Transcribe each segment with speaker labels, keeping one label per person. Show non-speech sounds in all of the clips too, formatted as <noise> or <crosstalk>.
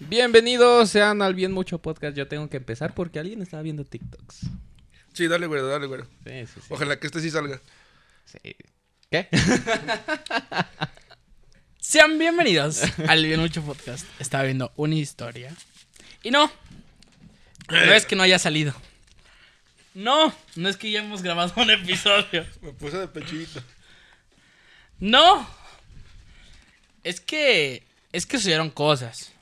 Speaker 1: Bienvenidos sean al Bien Mucho Podcast. Yo tengo que empezar porque alguien estaba viendo TikToks.
Speaker 2: Sí, dale, güey, dale, güey.
Speaker 1: Sí, sí, sí.
Speaker 2: Ojalá que este sí salga.
Speaker 1: Sí. ¿Qué?
Speaker 3: Sean bienvenidos al Bien Mucho Podcast. Estaba viendo una historia. Y no, no es que no haya salido. No, no es que ya hemos grabado un episodio.
Speaker 2: Me puse de pechito.
Speaker 3: No. Es que es que sucedieron cosas.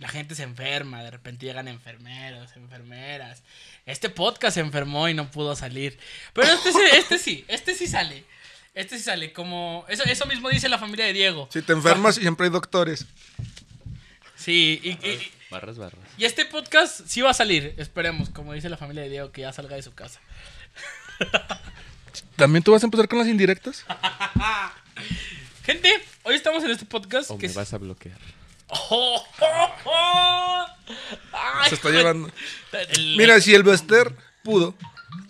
Speaker 3: La gente se enferma, de repente llegan enfermeros, enfermeras. Este podcast se enfermó y no pudo salir. Pero este, sí- este sí, este sí sale. Este sí sale, como... Eso, eso mismo dice la familia de Diego.
Speaker 2: Si te enfermas, siempre hay doctores.
Speaker 3: Sí, y, y-
Speaker 1: Barras, barras.
Speaker 3: y este podcast sí va a salir, esperemos, como dice la familia de Diego, que ya salga de su casa.
Speaker 2: ¿También tú vas a empezar con las indirectas?
Speaker 3: Gente, hoy estamos en este podcast
Speaker 1: O
Speaker 3: que...
Speaker 1: me
Speaker 3: es-
Speaker 1: vas a bloquear.
Speaker 3: <laughs> ¡Oh, oh, oh! Ay,
Speaker 2: Se está
Speaker 3: joder.
Speaker 2: llevando.
Speaker 3: El-
Speaker 2: Mira, si el Bester pudo,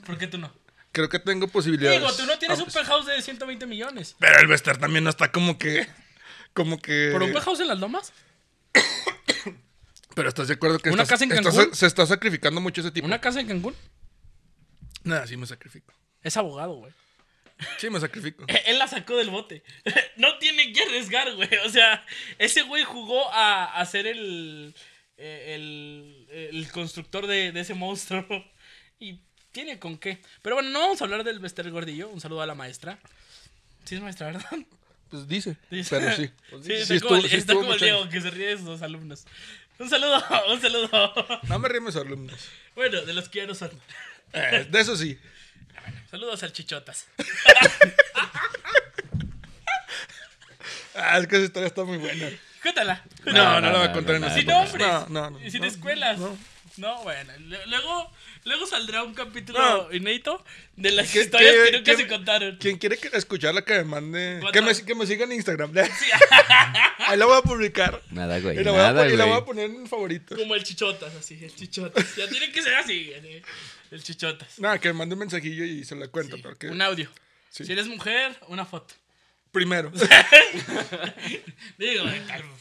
Speaker 3: ¿Por qué tú no?
Speaker 2: creo que tengo posibilidades.
Speaker 3: Digo, tú no tienes
Speaker 2: Ah,
Speaker 3: un
Speaker 2: pues.
Speaker 3: penthouse de 120 millones.
Speaker 2: Pero el Bester también no está como que. Como que.
Speaker 3: ¿Por un penthouse en las lomas?
Speaker 2: Pero estás de acuerdo que.
Speaker 3: ¿Una
Speaker 2: estás-
Speaker 3: casa en
Speaker 2: estás-
Speaker 3: Cancún?
Speaker 2: se está sacrificando mucho ese tipo.
Speaker 3: ¿Una casa en Cancún?
Speaker 2: Nada, sí me sacrifico.
Speaker 3: Es abogado, güey.
Speaker 2: Sí me sacrifico.
Speaker 3: Eh, <laughs> Él la sacó del bote. <laughs> No tiene que arriesgar, güey. O sea, ese güey jugó a, a ser el, eh, el, el constructor de, de ese monstruo. <laughs> Y tiene con qué. Pero bueno, no vamos a hablar del Bester Gordillo. Un saludo a la maestra. Sí es maestra, ¿verdad? <laughs>
Speaker 2: Pues dice.
Speaker 3: Dice-
Speaker 2: Pero
Speaker 3: <laughs>
Speaker 2: sí. Pues
Speaker 3: Sí,
Speaker 2: Sí
Speaker 3: está
Speaker 2: estuvo-
Speaker 3: como, el-
Speaker 2: sí
Speaker 3: está
Speaker 2: estuvo
Speaker 3: como el
Speaker 2: mucho-
Speaker 3: Diego que se ríe de sus alumnos. Un saludo, <laughs> un saludo. <laughs>
Speaker 2: No me río mis alumnos.
Speaker 3: Bueno, de los que ya no son. <laughs>
Speaker 2: Eh, de eso sí.
Speaker 3: Saludos al chichotas. <laughs>
Speaker 2: Ah, es que esa historia está muy buena.
Speaker 3: Cuéntala.
Speaker 2: No,
Speaker 3: cuéntala.
Speaker 2: no, la voy a contar en
Speaker 1: no,
Speaker 2: los
Speaker 3: Sin
Speaker 1: no,
Speaker 2: podcasts.
Speaker 3: nombres.
Speaker 2: No, no, no.
Speaker 3: y sin
Speaker 2: No,
Speaker 3: escuelas. No,
Speaker 2: no.
Speaker 3: bueno. le- Luego, luego saldrá un capítulo
Speaker 2: No.
Speaker 3: inédito de las
Speaker 2: ¿Qué-
Speaker 3: historias
Speaker 2: qué-
Speaker 3: que nunca
Speaker 2: qué-
Speaker 3: se contaron.
Speaker 2: Quien quiere que- escucharla que me mande.
Speaker 3: What
Speaker 2: Que
Speaker 3: the-
Speaker 2: me, que me siga en Instagram. <laughs> Ahí la voy a publicar.
Speaker 1: Nada, güey.
Speaker 2: Y la, voy a,
Speaker 1: Nada,
Speaker 2: pon- y la voy a
Speaker 1: güey.
Speaker 2: poner en favoritos.
Speaker 3: <laughs> Como el chichotas, así, el chichotas. Ya tiene que ser así, así, el chichotas.
Speaker 2: Nada, que me mande un mensajillo y se la cuento. pero que-
Speaker 3: Un audio.
Speaker 2: Sí.
Speaker 3: Si eres mujer, una foto. <laughs>
Speaker 2: Primero.
Speaker 3: Digo, eh, calvo.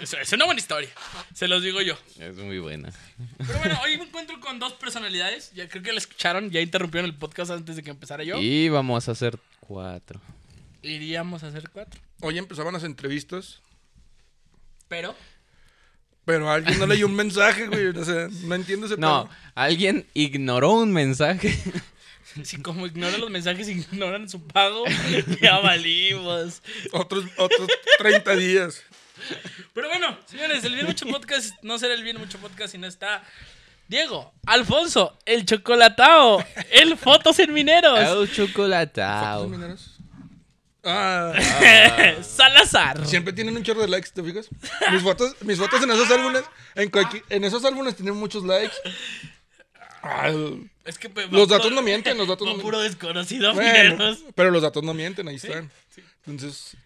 Speaker 3: Es, es una buena historia. Se los digo yo.
Speaker 1: Es muy buena.
Speaker 3: Pero bueno, hoy me encuentro con dos personalidades. Ya creo que la escucharon, ya interrumpieron el podcast antes de que empezara yo.
Speaker 1: Y vamos a hacer cuatro.
Speaker 3: Iríamos a hacer cuatro.
Speaker 2: Hoy empezaban las entrevistas.
Speaker 3: Pero.
Speaker 2: Pero alguien no leyó un mensaje, güey. O sea, no entiendo ese
Speaker 1: No,
Speaker 2: pedo.
Speaker 1: alguien ignoró un mensaje.
Speaker 3: Si como ignoran los mensajes, ignoran su pago, <laughs> ya valimos.
Speaker 2: Otros, otros 30 días.
Speaker 3: Pero bueno, señores, el Bien Mucho Podcast no será el Bien Mucho Podcast si no está Diego, Alfonso, el Chocolatao, el Fotos en Mineros,
Speaker 1: El chocolatao.
Speaker 2: ¿Otros mineros? Ah,
Speaker 3: <laughs> Salazar.
Speaker 2: siempre tienen un chorro de likes, ¿te fijas? Mis fotos, mis fotos en esos álbumes, en, cualqui- en esos álbumes tienen muchos likes. Ah,
Speaker 3: Es que pues,
Speaker 2: Los
Speaker 3: va
Speaker 2: datos no mienten, los datos
Speaker 3: <laughs> va
Speaker 2: no
Speaker 3: puro desconocido, <laughs>
Speaker 2: Bueno,
Speaker 3: Mineros.
Speaker 2: pero los datos no mienten, ahí están. Entonces,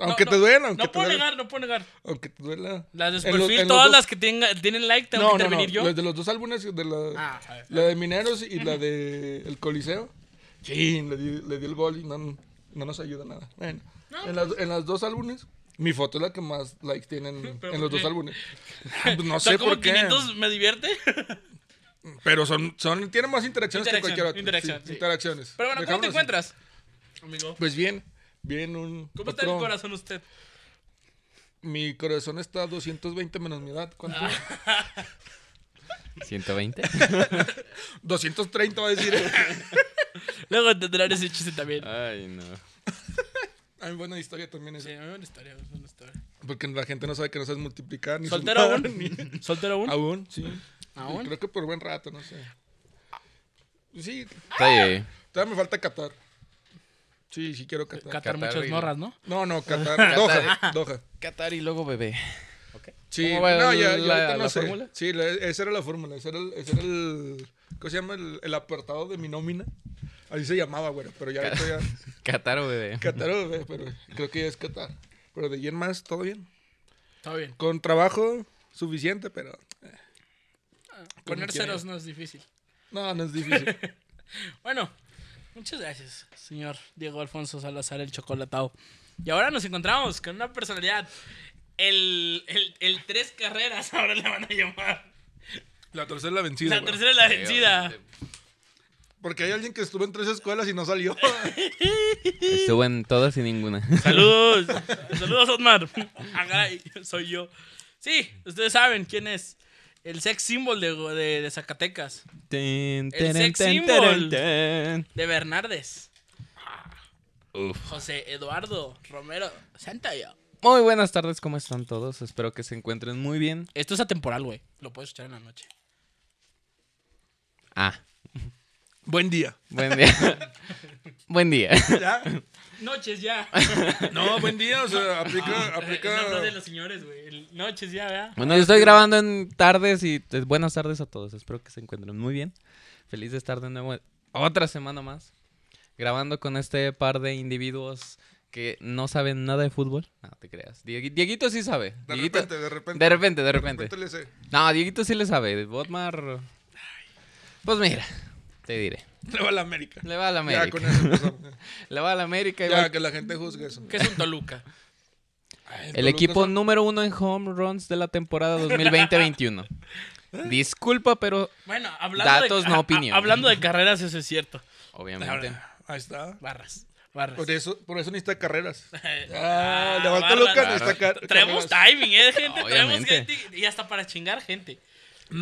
Speaker 2: aunque
Speaker 3: No,
Speaker 2: te
Speaker 3: no,
Speaker 2: duela, aunque
Speaker 3: No
Speaker 2: te
Speaker 3: puedo
Speaker 2: duela.
Speaker 3: negar, no puedo negar.
Speaker 2: Aunque te duela.
Speaker 3: Las de su
Speaker 2: En los-
Speaker 3: perfil,
Speaker 2: en los
Speaker 3: todas
Speaker 2: dos-
Speaker 3: las que tenga- tienen like, tengo
Speaker 2: No,
Speaker 3: que
Speaker 2: no, no.
Speaker 3: intervenir yo.
Speaker 2: Los de los dos álbumes, de la,
Speaker 3: Ah, a ver.
Speaker 2: la de Mineros y la de El Coliseo. Sí, le di, le di el gol y no, no nos ayuda nada. Bueno, en,
Speaker 3: pues.
Speaker 2: las, en las dos álbumes, mi foto es la que más likes tienen
Speaker 3: <laughs> Pero
Speaker 2: en los
Speaker 3: ¿por
Speaker 2: dos
Speaker 3: qué?
Speaker 2: álbumes. Pues no
Speaker 3: Son
Speaker 2: sé
Speaker 3: como
Speaker 2: por qué.
Speaker 3: 500, me divierte. <laughs>
Speaker 2: Pero son, son, tienen más interacciones que cualquier
Speaker 3: Interacción,
Speaker 2: otra.
Speaker 3: interacción, sí.
Speaker 2: Interacciones.
Speaker 3: Pero bueno, ¿cómo
Speaker 2: Dejámoslo
Speaker 3: te
Speaker 2: así.
Speaker 3: encuentras, amigo?
Speaker 2: Pues bien, bien un.
Speaker 3: ¿Cómo está el
Speaker 2: otro-
Speaker 3: corazón usted?
Speaker 2: Mi corazón está a 220 menos mi edad. ¿Cuánto?
Speaker 3: Ah.
Speaker 2: <laughs>
Speaker 1: 120.
Speaker 2: 230 va a decir. <laughs>
Speaker 3: Luego entenderán ese chiste
Speaker 2: Ah.
Speaker 3: también.
Speaker 1: Ay, no.
Speaker 2: Ay, buena historia también
Speaker 3: Sí,
Speaker 2: esa.
Speaker 3: muy buena historia, muy buena historia.
Speaker 2: Porque la gente no sabe que no sabes multiplicar ni
Speaker 3: <laughs> ¿Soltero
Speaker 2: sumar,
Speaker 3: aún?
Speaker 2: <laughs> ni-
Speaker 3: ¿Soltero aún?
Speaker 2: Aún, sí.
Speaker 3: ¿Aún?
Speaker 2: Creo que por buen rato, no sé. Sí,
Speaker 1: Está bien.
Speaker 2: todavía me falta Qatar. Sí, sí quiero Qatar.
Speaker 3: Catar
Speaker 1: Catar
Speaker 3: muchas
Speaker 1: y-
Speaker 3: morras, ¿no?
Speaker 2: no, no, Qatar. Doha, Doha.
Speaker 1: Qatar y luego bebé.
Speaker 2: Sí,
Speaker 1: ¿Cómo va
Speaker 2: no, ya, ya
Speaker 1: la-
Speaker 2: ahorita no
Speaker 1: la
Speaker 2: sé.
Speaker 1: fórmula?
Speaker 2: Sí, la- esa era la fórmula, ese era el, ese era el ¿cómo se llama? El, el apartado de mi nómina. Así se llamaba, güey, pero ya ahorita ya
Speaker 1: Qatar o bebé.
Speaker 2: <laughs> Qatar, güey, pero creo que ya es Qatar. Pero de ahí en más, todo bien.
Speaker 3: Está bien.
Speaker 2: Con trabajo suficiente, pero eh,
Speaker 3: Poner
Speaker 2: quiera.
Speaker 3: ceros no es difícil.
Speaker 2: no, no es difícil.
Speaker 3: Bueno, muchas gracias, señor Diego Alfonso Salazar, el chocolatado. Y ahora nos encontramos con una personalidad el, el, el tres carreras <laughs> ahora le van a llamar.
Speaker 2: La tercera es la vencida.
Speaker 3: La
Speaker 2: güey.
Speaker 3: tercera es la vencida.
Speaker 2: <laughs> Porque hay alguien que estuvo en tres escuelas y no salió.
Speaker 1: Estuvo en todas y ninguna.
Speaker 3: Saludos. Saludos, Otmar. <laughs> Agaray, soy yo. Sí, ustedes saben quién es. El sex symbol de, de, de Zacatecas.
Speaker 1: Ten,
Speaker 3: sex symbol.
Speaker 1: ten.
Speaker 3: De Bernardes.
Speaker 1: Uf.
Speaker 3: José Eduardo Romero Santayo.
Speaker 1: Muy buenas tardes, ¿cómo están todos? Espero que se encuentren muy bien.
Speaker 3: Esto es atemporal, güey. Lo puedes escuchar en la noche.
Speaker 1: Ah,
Speaker 2: <laughs> Buen día.
Speaker 1: buen día. <laughs> buen día.
Speaker 2: ¿Ya? <laughs>
Speaker 3: Noches ya.
Speaker 2: No, buen día. O sea, aplica. aplica...
Speaker 3: Es la frase de los señores, güey. El Noches ya, ¿verdad?
Speaker 1: Bueno, yo estoy grabando en tardes y pues, buenas tardes a todos. Espero que se encuentren muy bien. Feliz de estar de nuevo otra semana más grabando con este par de individuos que no saben nada de fútbol. No, te creas. Diegui- Dieguito sí sabe.
Speaker 2: De
Speaker 1: Dieguito-
Speaker 2: repente, de repente.
Speaker 1: de repente, de
Speaker 2: De
Speaker 1: repente.
Speaker 2: repente le sé.
Speaker 1: No, Dieguito sí le sabe. Botmar. Pues mira, te diré.
Speaker 2: Le va a la América.
Speaker 1: Le va a la
Speaker 2: Ya
Speaker 1: América.
Speaker 2: con eso empezamos.
Speaker 1: <laughs> Le va a la América. y va-
Speaker 2: Ya que la gente juzgue eso.
Speaker 3: ¿Qué es un Toluca?
Speaker 2: Ay,
Speaker 1: El
Speaker 2: Toluca
Speaker 1: equipo
Speaker 2: son-
Speaker 1: número uno en home runs de la temporada 2020-21.
Speaker 3: ¿Eh?
Speaker 1: Disculpa, pero
Speaker 3: Bueno, hablando
Speaker 1: Datos,
Speaker 3: de,
Speaker 1: no
Speaker 3: a- a-
Speaker 1: opinión.
Speaker 3: hablando de carreras, eso es cierto.
Speaker 1: obviamente.
Speaker 2: Ahí está.
Speaker 3: Barras. Barras.
Speaker 2: Por eso, por eso necesita carreras.
Speaker 3: <laughs> Ah,
Speaker 2: Ah, le va
Speaker 3: barras.
Speaker 2: al Toluca, necesita car-
Speaker 3: Traemos
Speaker 2: carreras.
Speaker 3: timing, ¿eh, gente? Traemos
Speaker 1: Obviamente.
Speaker 3: gente y hasta para chingar gente.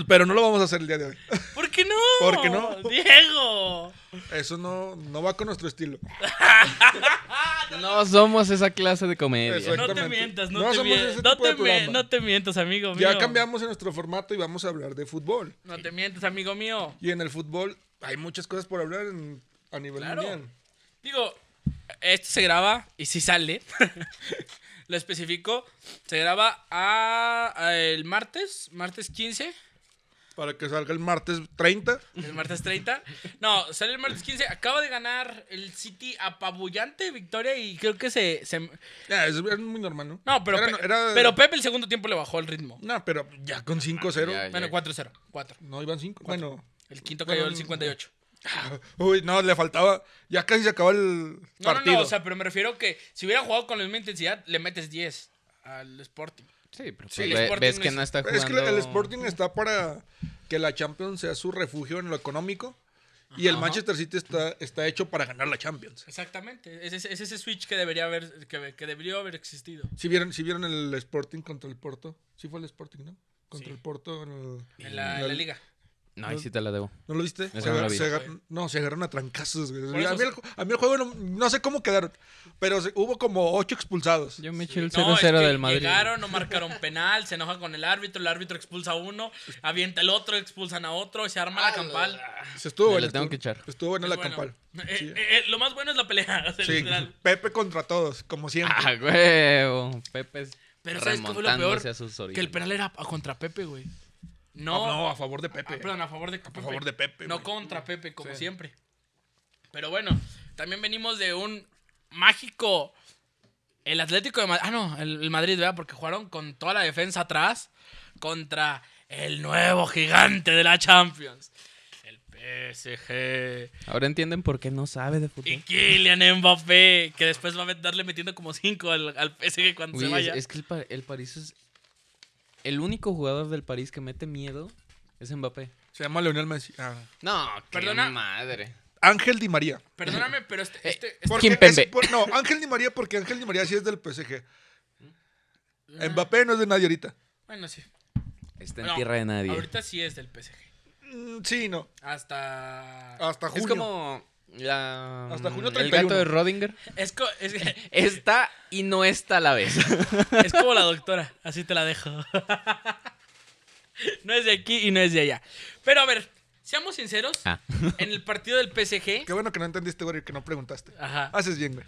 Speaker 2: Pero no lo vamos a hacer el día de hoy.
Speaker 3: ¿Por qué no?
Speaker 2: ¿Por qué no?
Speaker 3: Diego.
Speaker 2: <laughs> Eso no, no va con nuestro estilo.
Speaker 1: No somos esa clase de comedia.
Speaker 2: Eso.
Speaker 3: No te
Speaker 2: Exactamente.
Speaker 3: mientas, no,
Speaker 2: No
Speaker 3: te
Speaker 2: somos
Speaker 3: mientas.
Speaker 2: ese
Speaker 3: No
Speaker 2: tipo de
Speaker 3: te, mie-
Speaker 2: programa.
Speaker 3: no te mientas, amigo mío.
Speaker 2: Ya cambiamos en nuestro formato y vamos a hablar de fútbol.
Speaker 3: No te mientas, amigo mío.
Speaker 2: Y en el fútbol hay muchas cosas por hablar en- a nivel
Speaker 3: Claro.
Speaker 2: mundial.
Speaker 3: Digo, esto se graba y si sale. <laughs> Lo especifico. Se graba a, a el martes, martes 15.
Speaker 2: Para que salga el martes 30.
Speaker 3: El martes 30. No, sale el martes 15. Acaba de ganar el City apabullante victoria y creo que se... se-
Speaker 2: Ya, es, es muy normal, ¿no?
Speaker 3: No, pero,
Speaker 2: Era-
Speaker 3: Pe-
Speaker 2: era-
Speaker 3: pero Pepe el segundo tiempo le bajó el ritmo.
Speaker 2: No, pero ya con 5-0.
Speaker 1: Ah, Ya, ya.
Speaker 3: Bueno, 4-0. 4.
Speaker 2: No, iban 5. Bueno. <laughs>
Speaker 3: El quinto cayó
Speaker 2: Bueno,
Speaker 3: el 58.
Speaker 2: Uy, no, le faltaba. Ya casi se acabó el
Speaker 3: No, no,
Speaker 2: partido.
Speaker 3: no, o sea, pero me refiero que si hubiera jugado con la misma intensidad, le metes 10 al Sporting.
Speaker 1: Sí, pero pues,
Speaker 3: Sí, el
Speaker 1: ve-
Speaker 3: Sporting
Speaker 1: ves
Speaker 3: no
Speaker 1: que
Speaker 3: es-
Speaker 1: no está jugando.
Speaker 2: es que el Sporting está para que la Champions sea su refugio en lo económico. Y el Manchester City está, está hecho para ganar la Champions.
Speaker 3: Exactamente. Es, ese- es ese switch que debería haber, que, que debería haber existido.
Speaker 2: Si vieron, si vieron el Sporting contra el Porto. Sí fue el Sporting, ¿no? Contra
Speaker 3: Sí.
Speaker 2: el Porto. en el-
Speaker 3: En la, en la liga.
Speaker 1: No, ahí sí te la debo.
Speaker 2: ¿No lo viste?
Speaker 1: Ese
Speaker 2: Se
Speaker 1: no lo
Speaker 2: agar-
Speaker 1: vi.
Speaker 2: se agar- no, se agarraron a trancazos. güey.
Speaker 3: Por eso
Speaker 2: A, mí el, ju- a mí el juego no, no sé cómo quedaron, pero se- hubo como ocho expulsados.
Speaker 1: Yo me eché el 0-0
Speaker 3: No, es que
Speaker 1: del Madrid.
Speaker 3: Llegaron, no marcaron <laughs> penal, se enoja con el árbitro, el árbitro expulsa a uno, avienta el otro, expulsan a otro, se arma Ah, la campal.
Speaker 2: Se estuvo
Speaker 1: Me
Speaker 2: bueno.
Speaker 1: la tengo
Speaker 2: estuvo-
Speaker 1: que echar.
Speaker 2: Estuvo buena
Speaker 3: <laughs> Es
Speaker 2: la
Speaker 3: bueno.
Speaker 2: campal.
Speaker 3: Eh,
Speaker 2: Sí.
Speaker 3: eh, eh, lo más bueno es la pelea, <laughs> o sea,
Speaker 2: Sí,
Speaker 3: literal.
Speaker 2: Pepe contra todos, como siempre.
Speaker 1: <laughs> Ah, huevo. Pepe
Speaker 3: Pero ¿sabes qué fue lo
Speaker 1: remontándose a
Speaker 3: peor?
Speaker 1: sus
Speaker 3: Que el
Speaker 1: orígenes.
Speaker 3: penal era a- contra Pepe, güey.
Speaker 2: Ah,
Speaker 3: No,
Speaker 2: no, a favor de
Speaker 3: Ah,
Speaker 2: Pepe.
Speaker 3: perdón, a favor de Pepe.
Speaker 2: favor de Pepe,
Speaker 3: No
Speaker 2: güey.
Speaker 3: contra Pepe, como siempre. Pero bueno, también venimos de un mágico. El Atlético de Madrid. Ah, no, el, el Madrid, ¿verdad? Porque jugaron con toda la defensa atrás contra el nuevo gigante de la Champions. El PSG.
Speaker 1: Ahora entienden por qué no sabe de
Speaker 3: Y
Speaker 1: fútbol.
Speaker 3: Kylian Mbappé, que después va a darle metiendo como 5 al, al PSG cuando
Speaker 1: Uy,
Speaker 3: se
Speaker 1: es-
Speaker 3: vaya.
Speaker 1: es, que el, Pa- el París es. El único jugador del París que mete miedo es Mbappé.
Speaker 2: Se llama Leonel Messi. Ah.
Speaker 1: No, qué
Speaker 3: Perdona.
Speaker 1: madre.
Speaker 2: Ángel Di María.
Speaker 3: Perdóname, pero
Speaker 1: Eh,
Speaker 3: este. este- este-
Speaker 2: Porque
Speaker 1: Kimpembe.
Speaker 2: es por- no, Ángel Di María porque Ángel Di María sí es del PSG.
Speaker 3: Ah.
Speaker 2: Mbappé no es de nadie ahorita.
Speaker 3: bueno, sí.
Speaker 1: Está en
Speaker 3: No,
Speaker 1: tierra de nadie.
Speaker 3: Ahorita sí es del PSG.
Speaker 2: Mm, Sí, no.
Speaker 3: Hasta.
Speaker 2: Hasta junio.
Speaker 1: Es como la, mm,
Speaker 2: Hasta junio
Speaker 1: el
Speaker 2: 31.
Speaker 1: gato de Rodinger.
Speaker 3: Es, co-
Speaker 1: <laughs>
Speaker 3: es,
Speaker 1: Está y no está a la
Speaker 3: <laughs>
Speaker 1: vez.
Speaker 3: es como la doctora, así te la dejo. <laughs> No es de aquí y no es de allá. Pero a ver, seamos sinceros,
Speaker 1: Ah. <laughs>
Speaker 3: en el partido del PSG,
Speaker 2: Qué bueno que no entendiste, güey, y que no preguntaste.
Speaker 3: Ajá.
Speaker 2: Haces bien, güey.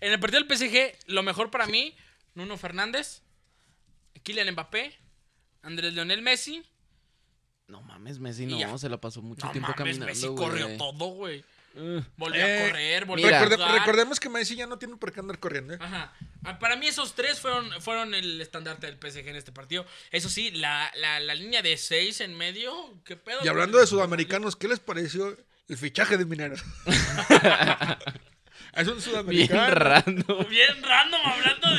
Speaker 3: en el partido del PSG, lo mejor para mí, Nuno Fernández, Kylian Mbappé, Andrés Leonel Messi.
Speaker 1: No mames, Messi
Speaker 3: Y
Speaker 1: no,
Speaker 3: ya.
Speaker 1: se la pasó mucho
Speaker 3: No
Speaker 1: tiempo
Speaker 3: mames,
Speaker 1: caminando.
Speaker 3: Messi
Speaker 1: güey. Mm.
Speaker 3: corrió todo, güey. Volvió
Speaker 2: Eh,
Speaker 3: a correr, volvió
Speaker 1: mira.
Speaker 3: a
Speaker 2: Recorde-
Speaker 3: jugar.
Speaker 2: recordemos que Messi ya no tiene por qué andar corriendo. ¿eh?
Speaker 3: Ajá. Ah, Para mí esos tres fueron, fueron el estandarte del PSG en este partido. Eso sí, la, la, la línea de seis en medio, qué pedo.
Speaker 2: Y
Speaker 3: <laughs>
Speaker 2: hablando de sudamericanos, ¿qué les pareció el fichaje de Mineros? Es un
Speaker 1: Bien
Speaker 2: sudamericano.
Speaker 1: random.
Speaker 3: Bien random hablando de,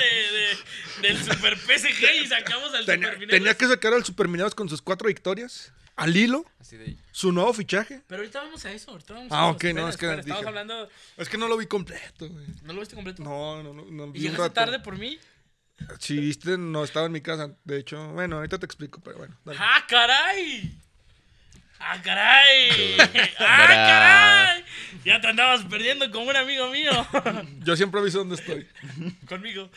Speaker 3: de- del Super PSG y sacamos al
Speaker 2: Tenía,
Speaker 3: Super Mineros.
Speaker 2: tenía que sacar al Superminados con sus cuatro victorias. Al hilo,
Speaker 1: Así de.
Speaker 2: su nuevo fichaje.
Speaker 3: Pero ahorita vamos a eso, ahorita vamos a
Speaker 2: Ah,
Speaker 3: eso.
Speaker 2: ok, no,
Speaker 3: Espera,
Speaker 2: es que
Speaker 3: espera, Estamos
Speaker 2: dije-
Speaker 3: hablando...
Speaker 2: Es que no lo vi completo, güey.
Speaker 3: ¿No lo viste completo?
Speaker 2: No, no, no. no
Speaker 3: ¿Y
Speaker 2: vi un
Speaker 3: llegaste
Speaker 2: rato.
Speaker 3: tarde por mí?
Speaker 2: Si viste, no estaba en mi casa. De hecho, bueno, ahorita te explico, pero bueno. dale.
Speaker 3: ¡Ah, caray! ¡Ah, caray! ¡Ah, caray! Ya te andabas perdiendo con un amigo mío. <laughs>
Speaker 2: Yo siempre aviso dónde estoy.
Speaker 3: Conmigo.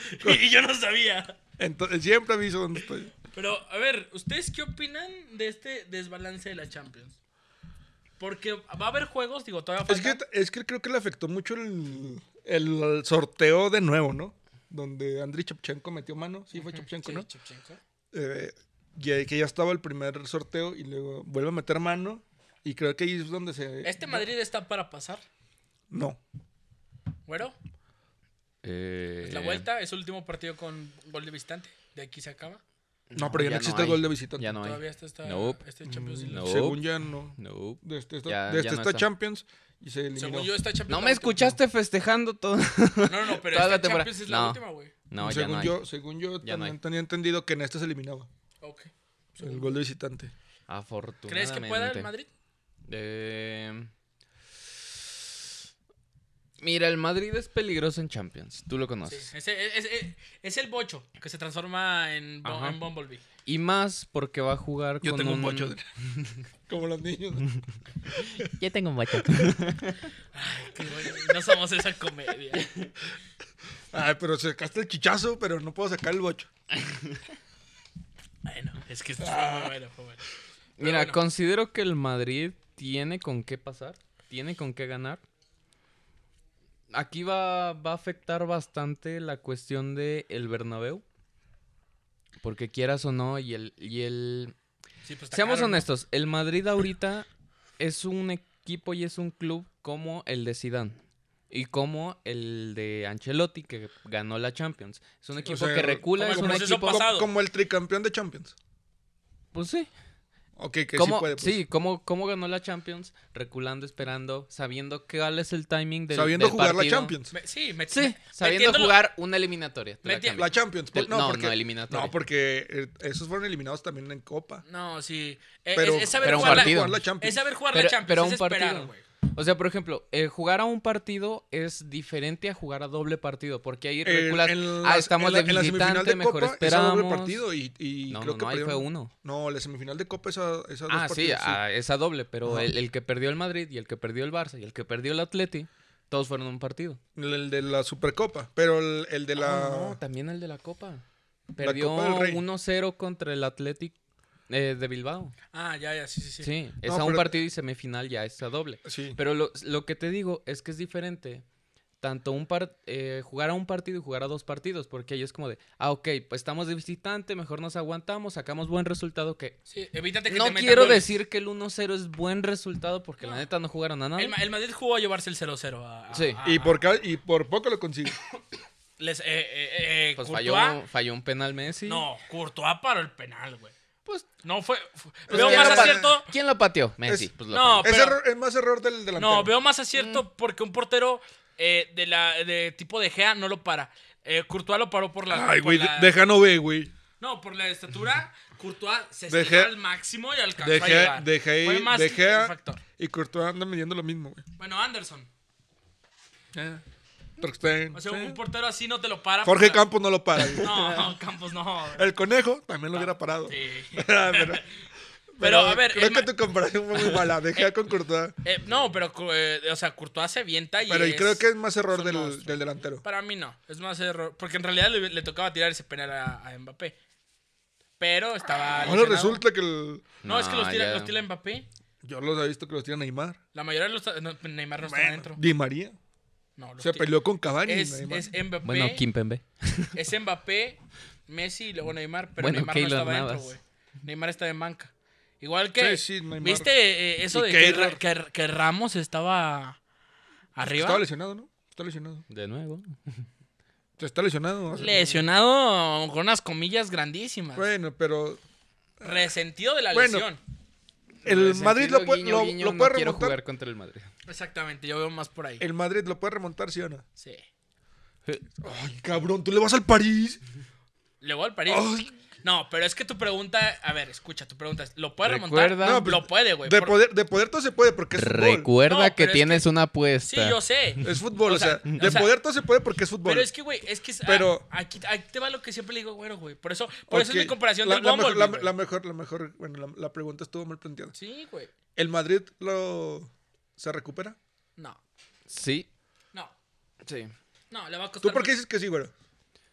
Speaker 3: Y yo no sabía.
Speaker 2: Entonces, siempre aviso dónde estoy.
Speaker 3: Pero, a ver, ¿ustedes qué opinan de este desbalance de la Champions? Porque va a haber juegos, digo, todavía
Speaker 2: Es
Speaker 3: falta.
Speaker 2: que, es que creo que le afectó mucho el, el sorteo de nuevo, ¿no? Donde Andriy Chapchenko metió mano. Sí, fue Chapchenko,
Speaker 3: Sí,
Speaker 2: ¿no?
Speaker 3: Shevchenko.
Speaker 2: Eh, y ahí que ya estaba el primer sorteo y luego vuelve a meter mano. Y creo que ahí es donde se.
Speaker 3: Este Madrid está para pasar,
Speaker 2: No.
Speaker 3: güero.
Speaker 1: Eh,
Speaker 3: Es pues, la vuelta, es el último partido con gol de visitante. De aquí se acaba.
Speaker 2: No, pero ya no, existe el
Speaker 1: hay.
Speaker 2: gol de visitante.
Speaker 1: Ya no hay.
Speaker 3: Todavía está esta,
Speaker 1: Nope.
Speaker 3: este Champions League.
Speaker 1: No.
Speaker 2: Según ya no.
Speaker 1: No.
Speaker 2: Desde esta,
Speaker 1: Ya-
Speaker 2: desde
Speaker 1: ya no
Speaker 2: esta
Speaker 1: está.
Speaker 2: Champions y se eliminó.
Speaker 3: Según yo, esta Champions.
Speaker 1: No
Speaker 3: la
Speaker 1: me
Speaker 3: última.
Speaker 1: escuchaste festejando todo.
Speaker 3: <laughs>
Speaker 1: <laughs>
Speaker 3: No, no, no, pero
Speaker 1: Toda
Speaker 3: esta
Speaker 1: la temporada.
Speaker 3: Champions es la
Speaker 1: No.
Speaker 3: última, güey.
Speaker 1: No, ya
Speaker 2: según,
Speaker 1: no hay.
Speaker 2: yo según yo
Speaker 1: Ya no
Speaker 2: también
Speaker 1: hay.
Speaker 2: tenía entendido que en esta se eliminaba.
Speaker 3: Ok.
Speaker 2: El gol de visitante.
Speaker 1: Afortunadamente.
Speaker 3: ¿Crees que pueda el Madrid?
Speaker 1: Eh, Mira, el Madrid es peligroso en Champions. Tú lo
Speaker 3: Sí.
Speaker 1: conoces.
Speaker 3: Ese- Es, es- es el bocho que se transforma en, Bo-
Speaker 1: Ajá.
Speaker 3: en Bumblebee. <laughs>
Speaker 1: Y más porque va a jugar
Speaker 2: Yo
Speaker 1: con
Speaker 2: tengo un
Speaker 1: <laughs>
Speaker 2: bocho. de- <laughs> Como los niños.
Speaker 1: Yo tengo un bocho.
Speaker 3: Que, güey, No somos esa comedia.
Speaker 2: Ay, pero sacaste el chichazo, pero no puedo sacar el bocho.
Speaker 3: Bueno, es que esto fue
Speaker 2: Ah.
Speaker 3: muy bueno, fue bueno. Pero
Speaker 1: <laughs> Mira,
Speaker 3: bueno.
Speaker 1: considero que el Madrid tiene con qué pasar, tiene con qué ganar. Aquí va, va a afectar bastante la cuestión de el Bernabéu. Porque quieras o no, y el, y el...
Speaker 3: Sí, pues, está
Speaker 1: Seamos
Speaker 3: caro, ¿no?
Speaker 1: honestos, el Madrid ahorita es un equipo y es un club como el de Zidane. Y como el de Ancelotti, que ganó la Champions. Es un equipo
Speaker 2: sea, pues
Speaker 1: que recula,
Speaker 3: como
Speaker 1: es
Speaker 3: el
Speaker 1: un
Speaker 3: proceso
Speaker 1: equipo...
Speaker 3: pasado.
Speaker 2: Co- Como el tricampeón de Champions.
Speaker 1: Pues sí,
Speaker 2: Ok, que sí
Speaker 1: ¿Cómo,
Speaker 2: puede. pues.
Speaker 1: sí, ¿cómo, cómo ganó la Champions? Reculando, esperando, sabiendo cuál es el timing del
Speaker 2: Sabiendo
Speaker 1: del
Speaker 2: jugar la
Speaker 1: partido.
Speaker 2: Champions.
Speaker 3: Me- sí, me,
Speaker 1: Sí,
Speaker 3: me-
Speaker 1: sabiendo
Speaker 3: metiéndolo-
Speaker 1: jugar una eliminatoria. te la
Speaker 3: Meti-
Speaker 1: cambio.
Speaker 2: La Champions. por-
Speaker 1: Del- no,
Speaker 2: porque,
Speaker 1: no, eliminatoria.
Speaker 2: No, porque eh, esos fueron eliminados también en Copa.
Speaker 3: No, sí. Eh,
Speaker 2: Pero,
Speaker 3: es, es saber
Speaker 1: pero un
Speaker 3: jugar
Speaker 1: partido.
Speaker 2: jugar la
Speaker 3: La, es
Speaker 2: Champions.
Speaker 3: saber jugar
Speaker 1: pero,
Speaker 3: la Champions.
Speaker 1: pero
Speaker 3: es
Speaker 1: un
Speaker 3: esperar,
Speaker 1: partido.
Speaker 3: güey.
Speaker 1: O sea, por ejemplo, eh, jugar a un partido es diferente a jugar a doble partido. Porque ahí
Speaker 2: Eh,
Speaker 1: reculas.
Speaker 2: en
Speaker 1: ah,
Speaker 2: las-
Speaker 1: estamos
Speaker 2: en la-
Speaker 1: de
Speaker 2: en la semifinal
Speaker 1: visitante,
Speaker 2: de
Speaker 1: mejor
Speaker 2: Copa, esa
Speaker 1: esperamos.
Speaker 2: doble partido y, y
Speaker 1: No,
Speaker 2: creo
Speaker 1: no,
Speaker 2: que
Speaker 1: no, ahí fue
Speaker 2: perdieron.
Speaker 1: uno.
Speaker 2: No, la semifinal de Copa esa, esas
Speaker 1: Ah,
Speaker 2: dos
Speaker 1: sí,
Speaker 2: partidos,
Speaker 1: ah, esa doble. Pero
Speaker 2: Ajá.
Speaker 1: el, el que perdió el Madrid y el que perdió el Barça y el que perdió el Atleti, todos fueron un partido. Ah,
Speaker 2: El, el de la Supercopa, pero el, el de la...
Speaker 1: No, no, también el de la Copa. Perdió
Speaker 2: Copa del Rey.
Speaker 1: 1-0 contra el Athletic eh, de Bilbao.
Speaker 3: Ah, ya, ya, sí, sí, sí.
Speaker 1: Sí, es a un
Speaker 2: pero-
Speaker 1: partido y semifinal ya es a doble.
Speaker 2: Sí.
Speaker 1: Pero lo, lo que te digo es que es diferente tanto un par- eh, jugar a un partido y jugar a dos partidos, porque ahí es como de, ah, ok, pues estamos de visitante, mejor nos aguantamos, sacamos buen resultado que...
Speaker 3: Sí, evítate que te
Speaker 1: No
Speaker 3: metan
Speaker 1: quiero
Speaker 3: goles.
Speaker 1: decir que el 1-0 es buen resultado porque
Speaker 3: No.
Speaker 1: la neta no jugaron a nada.
Speaker 3: El, Ma- el Madrid jugó a llevarse el 0-0. a- a-
Speaker 1: Sí.
Speaker 3: a-
Speaker 2: Y por, ca- y por poco lo consigue.
Speaker 3: les- eh, eh, eh,
Speaker 1: Pues
Speaker 3: Courtois-
Speaker 1: falló, falló un penal Messi.
Speaker 3: No, Courtois paró el penal, güey.
Speaker 1: Pues,
Speaker 3: No fue. fue-
Speaker 2: Pues
Speaker 3: veo
Speaker 2: que
Speaker 3: más
Speaker 2: era para-
Speaker 3: acierto.
Speaker 1: ¿Quién lo pateó? Messi.
Speaker 2: Es-
Speaker 1: pues lo
Speaker 3: No,
Speaker 1: pateó.
Speaker 2: es,
Speaker 3: pero-
Speaker 2: error- es más error del delantero.
Speaker 3: No, veo más acierto
Speaker 1: Mm.
Speaker 3: porque un portero eh, de la de tipo de Gea no lo para. Eh, Courtois lo paró por la.
Speaker 2: Ay,
Speaker 3: por
Speaker 2: güey,
Speaker 3: la-
Speaker 2: deja no ve, güey.
Speaker 3: No, por la estatura, Courtois se
Speaker 2: De
Speaker 3: estiró
Speaker 2: Gea-
Speaker 3: al máximo y alcanzó a
Speaker 2: Dejé,
Speaker 3: llegar.
Speaker 2: dejé,
Speaker 3: Fue más
Speaker 2: dejé
Speaker 3: el factor.
Speaker 2: y Courtois anda midiendo lo mismo, güey.
Speaker 3: Bueno, Anderson.
Speaker 2: Ter Stegen,
Speaker 3: O sea,
Speaker 2: sí.
Speaker 3: un portero así no te lo para.
Speaker 2: Jorge
Speaker 3: por la-
Speaker 2: Campos no lo para. güey.
Speaker 3: No, no, Campos no.
Speaker 2: El conejo también lo hubiera parado. <laughs> Ah,
Speaker 3: Sí.
Speaker 2: pero,
Speaker 3: Pero, a ver,
Speaker 2: Creo
Speaker 3: el
Speaker 2: que
Speaker 3: ma-
Speaker 2: tu comparación fue muy mala. Dejé con Courtois.
Speaker 3: Eh, no, pero, cu- eh, o sea, Courtois se avienta y.
Speaker 2: Pero y
Speaker 3: es-
Speaker 2: creo que es más
Speaker 3: es
Speaker 2: error
Speaker 3: un
Speaker 2: del,
Speaker 3: monstruo.
Speaker 2: del delantero.
Speaker 3: Para mí no, es más error. Porque en realidad le, le tocaba tirar ese penal a, a Mbappé. Pero estaba.
Speaker 2: Ahora
Speaker 3: lesionado.
Speaker 2: Ah, resulta que el-
Speaker 3: No, es que los
Speaker 1: No,
Speaker 3: tira,
Speaker 1: ya.
Speaker 3: los tira Mbappé.
Speaker 2: yo los he visto que los tiene Neymar.
Speaker 3: La mayoría de los. no, Neymar no está adentro.
Speaker 2: Di María.
Speaker 3: No, los
Speaker 2: Se
Speaker 3: tira-
Speaker 2: peleó con Cavani.
Speaker 3: Es,
Speaker 2: Neymar.
Speaker 3: es Mbappé.
Speaker 1: Bueno, Kimpembe.
Speaker 3: Es Mbappé, Messi y luego Neymar. Pero
Speaker 1: Bueno,
Speaker 3: Neymar no
Speaker 1: Keylor
Speaker 3: estaba adentro,
Speaker 1: Navas.
Speaker 3: güey. Neymar está de manca. Igual que.
Speaker 2: Sí, sí, Neymar.
Speaker 3: ¿Viste eh, eso
Speaker 2: Y
Speaker 3: de que,
Speaker 2: Keylor.
Speaker 3: Ra- que, que Ramos estaba arriba?
Speaker 2: Estaba lesionado, ¿no? Está lesionado.
Speaker 1: De nuevo.
Speaker 2: Está lesionado.
Speaker 3: Lesionado con unas comillas grandísimas.
Speaker 2: Bueno, pero
Speaker 3: Resentido de la
Speaker 2: Bueno.
Speaker 3: lesión.
Speaker 2: el
Speaker 1: Sentido
Speaker 2: Madrid lo, puede-
Speaker 1: guiño,
Speaker 2: lo-
Speaker 1: guiño,
Speaker 2: lo
Speaker 1: no
Speaker 2: puede
Speaker 1: quiero
Speaker 2: remontar.
Speaker 1: jugar contra el Madrid.
Speaker 3: Exactamente, yo veo más por ahí.
Speaker 2: El Madrid lo puede remontar, ¿sí o no?
Speaker 3: Sí.
Speaker 2: Ay, cabrón, tú le vas al París.
Speaker 3: Le voy al París.
Speaker 2: Ay,
Speaker 3: No, pero es que tu pregunta, a ver, escucha, tu pregunta es, ¿lo puede
Speaker 1: Recuerda-
Speaker 3: remontar?
Speaker 1: No,
Speaker 2: pues,
Speaker 3: Ah, lo puede, güey.
Speaker 2: de,
Speaker 3: por-
Speaker 2: poder, de poder todo se puede porque es fútbol.
Speaker 3: No,
Speaker 1: Recuerda
Speaker 3: pero
Speaker 1: que
Speaker 3: es
Speaker 1: tienes una
Speaker 3: Sí,
Speaker 1: apuesta.
Speaker 3: yo sé.
Speaker 2: Es fútbol,
Speaker 3: O
Speaker 2: o,
Speaker 3: sea,
Speaker 2: sea,
Speaker 3: o
Speaker 2: de
Speaker 3: sea,
Speaker 2: poder todo se puede porque es fútbol.
Speaker 3: Pero es que, güey, es que es- ah,
Speaker 2: Pero-
Speaker 3: aquí, aquí te va lo que siempre le digo, güero, güey. Por eso, por eso es
Speaker 2: Ok,
Speaker 3: mi comparación
Speaker 2: la,
Speaker 3: del
Speaker 2: la mejor-
Speaker 3: Bumblebee,
Speaker 2: la-
Speaker 3: güey.
Speaker 2: la mejor, la mejor, bueno, la, la pregunta estuvo mal planteada.
Speaker 3: Sí, güey.
Speaker 2: ¿El Madrid lo se recupera?
Speaker 3: No,
Speaker 1: Sí.
Speaker 3: no,
Speaker 1: Sí.
Speaker 3: no, le va a costar.
Speaker 2: ¿Tú por qué dices que sí, güero?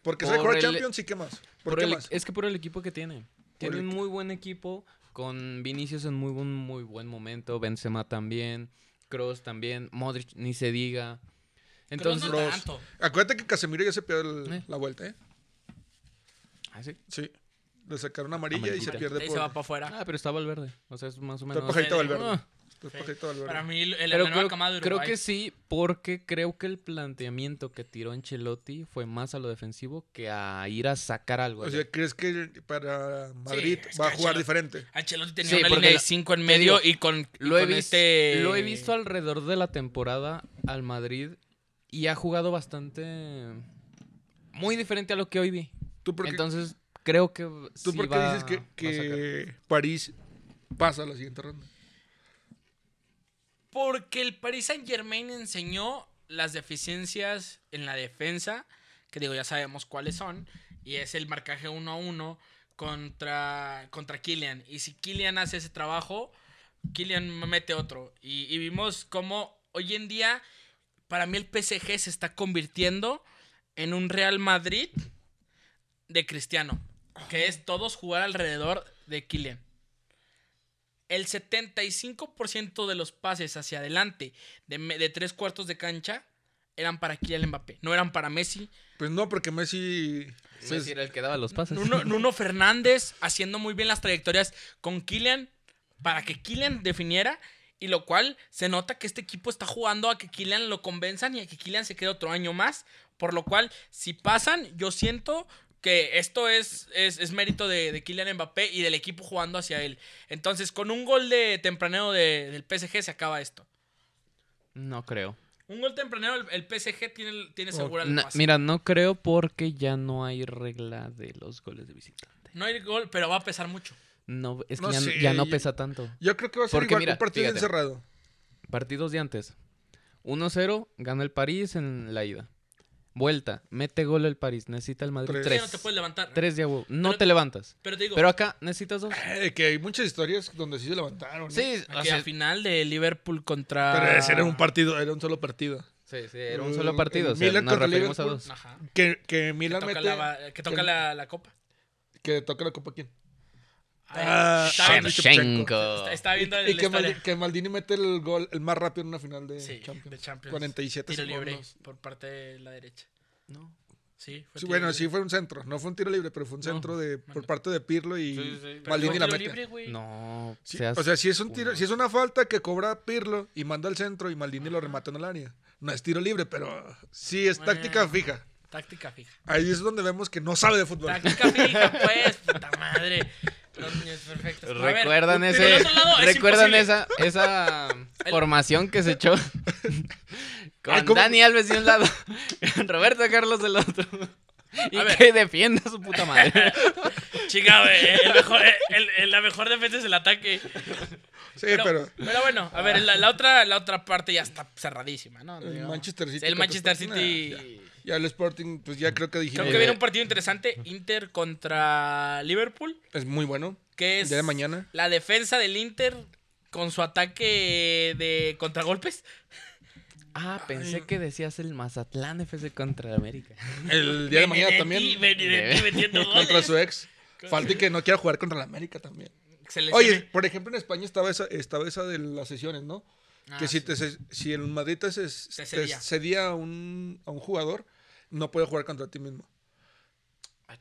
Speaker 2: Porque sabe
Speaker 1: Por
Speaker 2: jugar
Speaker 1: el-
Speaker 2: Champions y qué más. ¿Por,
Speaker 1: Por
Speaker 2: qué
Speaker 1: el- e-
Speaker 2: más?
Speaker 1: Es que por el equipo que tiene. Tiene
Speaker 2: el
Speaker 1: un muy buen equipo. Con Vinicius en muy buen, muy buen momento. Benzema también. Kroos también. Modric ni se diga. Entonces.
Speaker 3: no
Speaker 2: Kroos.
Speaker 3: tanto.
Speaker 2: Acuérdate que Casemiro ya se pierde el-
Speaker 1: ¿Eh?
Speaker 2: la vuelta, ¿eh?
Speaker 1: Ah, sí.
Speaker 2: Sí. Le sacaron amarilla y se
Speaker 1: Amarillita.
Speaker 2: pierde
Speaker 3: Ahí
Speaker 2: por.
Speaker 3: se va para afuera.
Speaker 1: Ah, pero está Valverde. O sea, es más o menos.
Speaker 2: Está pajadito
Speaker 3: Valverde.
Speaker 2: Valverde.
Speaker 1: Ah.
Speaker 2: Está pajadito Valverde.
Speaker 3: Para mí, el, la
Speaker 1: Pero
Speaker 3: nueva
Speaker 1: creo,
Speaker 3: camada de
Speaker 1: creo
Speaker 3: Uruguay.
Speaker 1: que sí, porque creo que el planteamiento que tiró Ancelotti fue más a lo defensivo que a ir a sacar algo.
Speaker 2: O sea, ¿crees que para Madrid
Speaker 3: es
Speaker 2: va a
Speaker 3: que
Speaker 2: jugar
Speaker 3: Ancelotti-
Speaker 2: diferente?
Speaker 3: Ancelotti tenía
Speaker 1: Sí,
Speaker 3: una
Speaker 1: porque
Speaker 3: línea de
Speaker 1: lo-
Speaker 3: 5 en
Speaker 1: te
Speaker 3: medio
Speaker 1: digo,
Speaker 3: y con, y
Speaker 1: lo, he
Speaker 3: con
Speaker 1: vis-
Speaker 3: este...
Speaker 1: lo he visto alrededor de la temporada al Madrid y ha jugado bastante. Muy diferente a lo que hoy vi.
Speaker 2: ¿Tú por qué,
Speaker 1: Entonces, creo que.
Speaker 2: tú
Speaker 1: sí
Speaker 2: por qué
Speaker 1: va-
Speaker 2: dices que,
Speaker 1: va a sacar.
Speaker 2: que París pasa a la siguiente ronda?
Speaker 3: Porque el Paris Saint Germain enseñó las deficiencias en la defensa, que digo, ya sabemos cuáles son, y es el marcaje uno a uno contra, contra Kylian. Y si Kylian hace ese trabajo, Kylian mete otro. Y, y vimos cómo hoy en día, para mí el PSG se está convirtiendo en un Real Madrid de Cristiano, que es todos jugar alrededor de Kylian. El 75% de los pases hacia adelante de, me- de tres cuartos de cancha eran para Kylian Mbappé, no eran para Messi.
Speaker 2: Pues no, porque Messi. pues,
Speaker 1: Es decir, el que daba los pases.
Speaker 3: Nuno, Nuno Fernández haciendo muy bien las trayectorias con Kylian para que Kylian definiera y lo cual se nota que este equipo está jugando a que Kylian lo convenzan y a que Kylian se quede otro año más, por lo cual si pasan yo siento que esto es, es, es mérito de, de Kylian Mbappé y del equipo jugando hacia él. Entonces con un gol de tempraneo de- del PSG se acaba esto.
Speaker 1: No creo.
Speaker 3: Un gol tempraneo el, el PSG tiene, tiene
Speaker 2: Ok.
Speaker 3: segura
Speaker 1: No,
Speaker 3: la pase.
Speaker 1: mira, no creo porque ya no hay regla de los goles de visitante.
Speaker 3: No hay gol, pero va a pesar mucho.
Speaker 1: No, es que
Speaker 2: No
Speaker 1: ya,
Speaker 2: sé,
Speaker 1: ya no
Speaker 2: yo-
Speaker 1: pesa tanto.
Speaker 2: Yo creo que va a ser
Speaker 1: Porque
Speaker 2: igual
Speaker 1: mira,
Speaker 2: un partido
Speaker 1: fíjate.
Speaker 2: encerrado.
Speaker 1: Partidos de antes. 1-0, gana el París en la ida. Vuelta, mete gol el París, necesita el Madrid
Speaker 2: Tres.
Speaker 3: Sí,
Speaker 1: tres.
Speaker 3: no te puedes levantar.
Speaker 1: Tres de a huevo. No
Speaker 3: Pero-
Speaker 1: te levantas.
Speaker 3: Pero te digo,
Speaker 1: Pero acá necesitas dos.
Speaker 2: Eh, que hay muchas historias donde sí se levantaron. ¿eh?
Speaker 1: Sí, o
Speaker 3: que
Speaker 1: sea,
Speaker 3: a final de Liverpool contra.
Speaker 2: Pero ese era un partido, era un solo partido.
Speaker 1: sí, sí, era un
Speaker 2: El-
Speaker 1: solo
Speaker 2: el
Speaker 1: partido. o sea,
Speaker 2: Mm, Milan
Speaker 1: nos
Speaker 2: contra
Speaker 1: referimos a
Speaker 2: Liverpool.
Speaker 1: dos.
Speaker 3: Ajá.
Speaker 2: Que, que Milan
Speaker 3: Toca
Speaker 2: mete.
Speaker 3: la- que toca la, la copa.
Speaker 2: Que toca la copa quién.
Speaker 3: Ah,
Speaker 2: Ah,
Speaker 3: está-
Speaker 2: Shevchenko.
Speaker 3: está-
Speaker 1: Shevchenko.
Speaker 3: Estaba
Speaker 2: Y,
Speaker 3: viendo
Speaker 2: y
Speaker 3: la
Speaker 2: que,
Speaker 3: historia.
Speaker 2: Maldi- que Maldini mete el gol, el más rápido en una final de,
Speaker 3: Sí,
Speaker 2: Champions.
Speaker 3: de Champions.
Speaker 2: 47
Speaker 3: Tiro libre
Speaker 2: segundos.
Speaker 3: por parte de la derecha.
Speaker 1: No.
Speaker 3: Sí,
Speaker 2: Sí,
Speaker 3: fue tiro
Speaker 2: bueno,
Speaker 3: libre.
Speaker 2: sí fue un centro. No fue un tiro libre, pero fue un
Speaker 1: No,
Speaker 2: centro de, por
Speaker 3: bueno.
Speaker 2: parte de Pirlo y
Speaker 1: Sí, sí, pero
Speaker 3: Pero
Speaker 2: Maldini
Speaker 3: fue
Speaker 2: la
Speaker 3: tiro
Speaker 2: mete.
Speaker 3: libre, güey.
Speaker 1: No,
Speaker 2: Sí,
Speaker 1: seas-
Speaker 2: o sea, si es un tiro,
Speaker 1: uno.
Speaker 2: si es una falta que cobra Pirlo y manda al centro y Maldini lo remata en el área. No es tiro libre, pero sí es táctica
Speaker 3: Bueno.
Speaker 2: fija.
Speaker 3: Táctica fija.
Speaker 2: Ahí es donde vemos que no sabe de fútbol.
Speaker 3: Táctica fija, pues, puta madre. Los niños perfectos. A ver,
Speaker 1: Recuerdan
Speaker 3: del
Speaker 1: ese,
Speaker 3: otro lado es
Speaker 1: recuerdan
Speaker 3: imposible.
Speaker 1: esa, esa formación que se echó con
Speaker 2: Ay, ¿cómo?
Speaker 1: Dani Alves de un lado, <laughs> Roberto Carlos del otro. Y
Speaker 3: A ver.
Speaker 1: que defienda a su puta madre.
Speaker 3: Chica, güey, el mejor- eh, el- el- la mejor defensa es el ataque.
Speaker 2: Sí,
Speaker 3: Pero,
Speaker 2: pero,
Speaker 3: pero bueno, a ver, la, la otra, la otra parte ya está cerradísima, ¿no?
Speaker 2: el
Speaker 3: Digamos.
Speaker 2: Manchester City.
Speaker 3: El
Speaker 2: contra
Speaker 3: Manchester
Speaker 2: Sport-
Speaker 3: City.
Speaker 2: Nah, ya. ya. el Sporting, pues ya creo que dijimos.
Speaker 3: Creo que viene un partido interesante, Inter contra Liverpool,
Speaker 2: Es muy bueno.
Speaker 3: que
Speaker 2: El
Speaker 3: es
Speaker 2: día de mañana.
Speaker 3: la defensa del Inter con su ataque de contragolpes.
Speaker 1: Ah, pensé que decías el Mazatlán FC contra el América.
Speaker 2: El día de mañana
Speaker 3: Benedetti,
Speaker 2: también.
Speaker 3: Benedetti
Speaker 2: <laughs>
Speaker 3: metiendo
Speaker 2: Contra
Speaker 3: goles.
Speaker 2: su ex. Falta y que no quiera jugar contra la América también.
Speaker 3: Se lesiona.
Speaker 2: Oye, por ejemplo, en España estaba esa, estaba esa de las sesiones, ¿no?
Speaker 3: Ah,
Speaker 2: que si,
Speaker 3: sí.
Speaker 2: te, ce- si el Madrid te, ce- te
Speaker 3: cedía.
Speaker 2: cedía, a, un, a un jugador, no puede jugar contra ti mismo.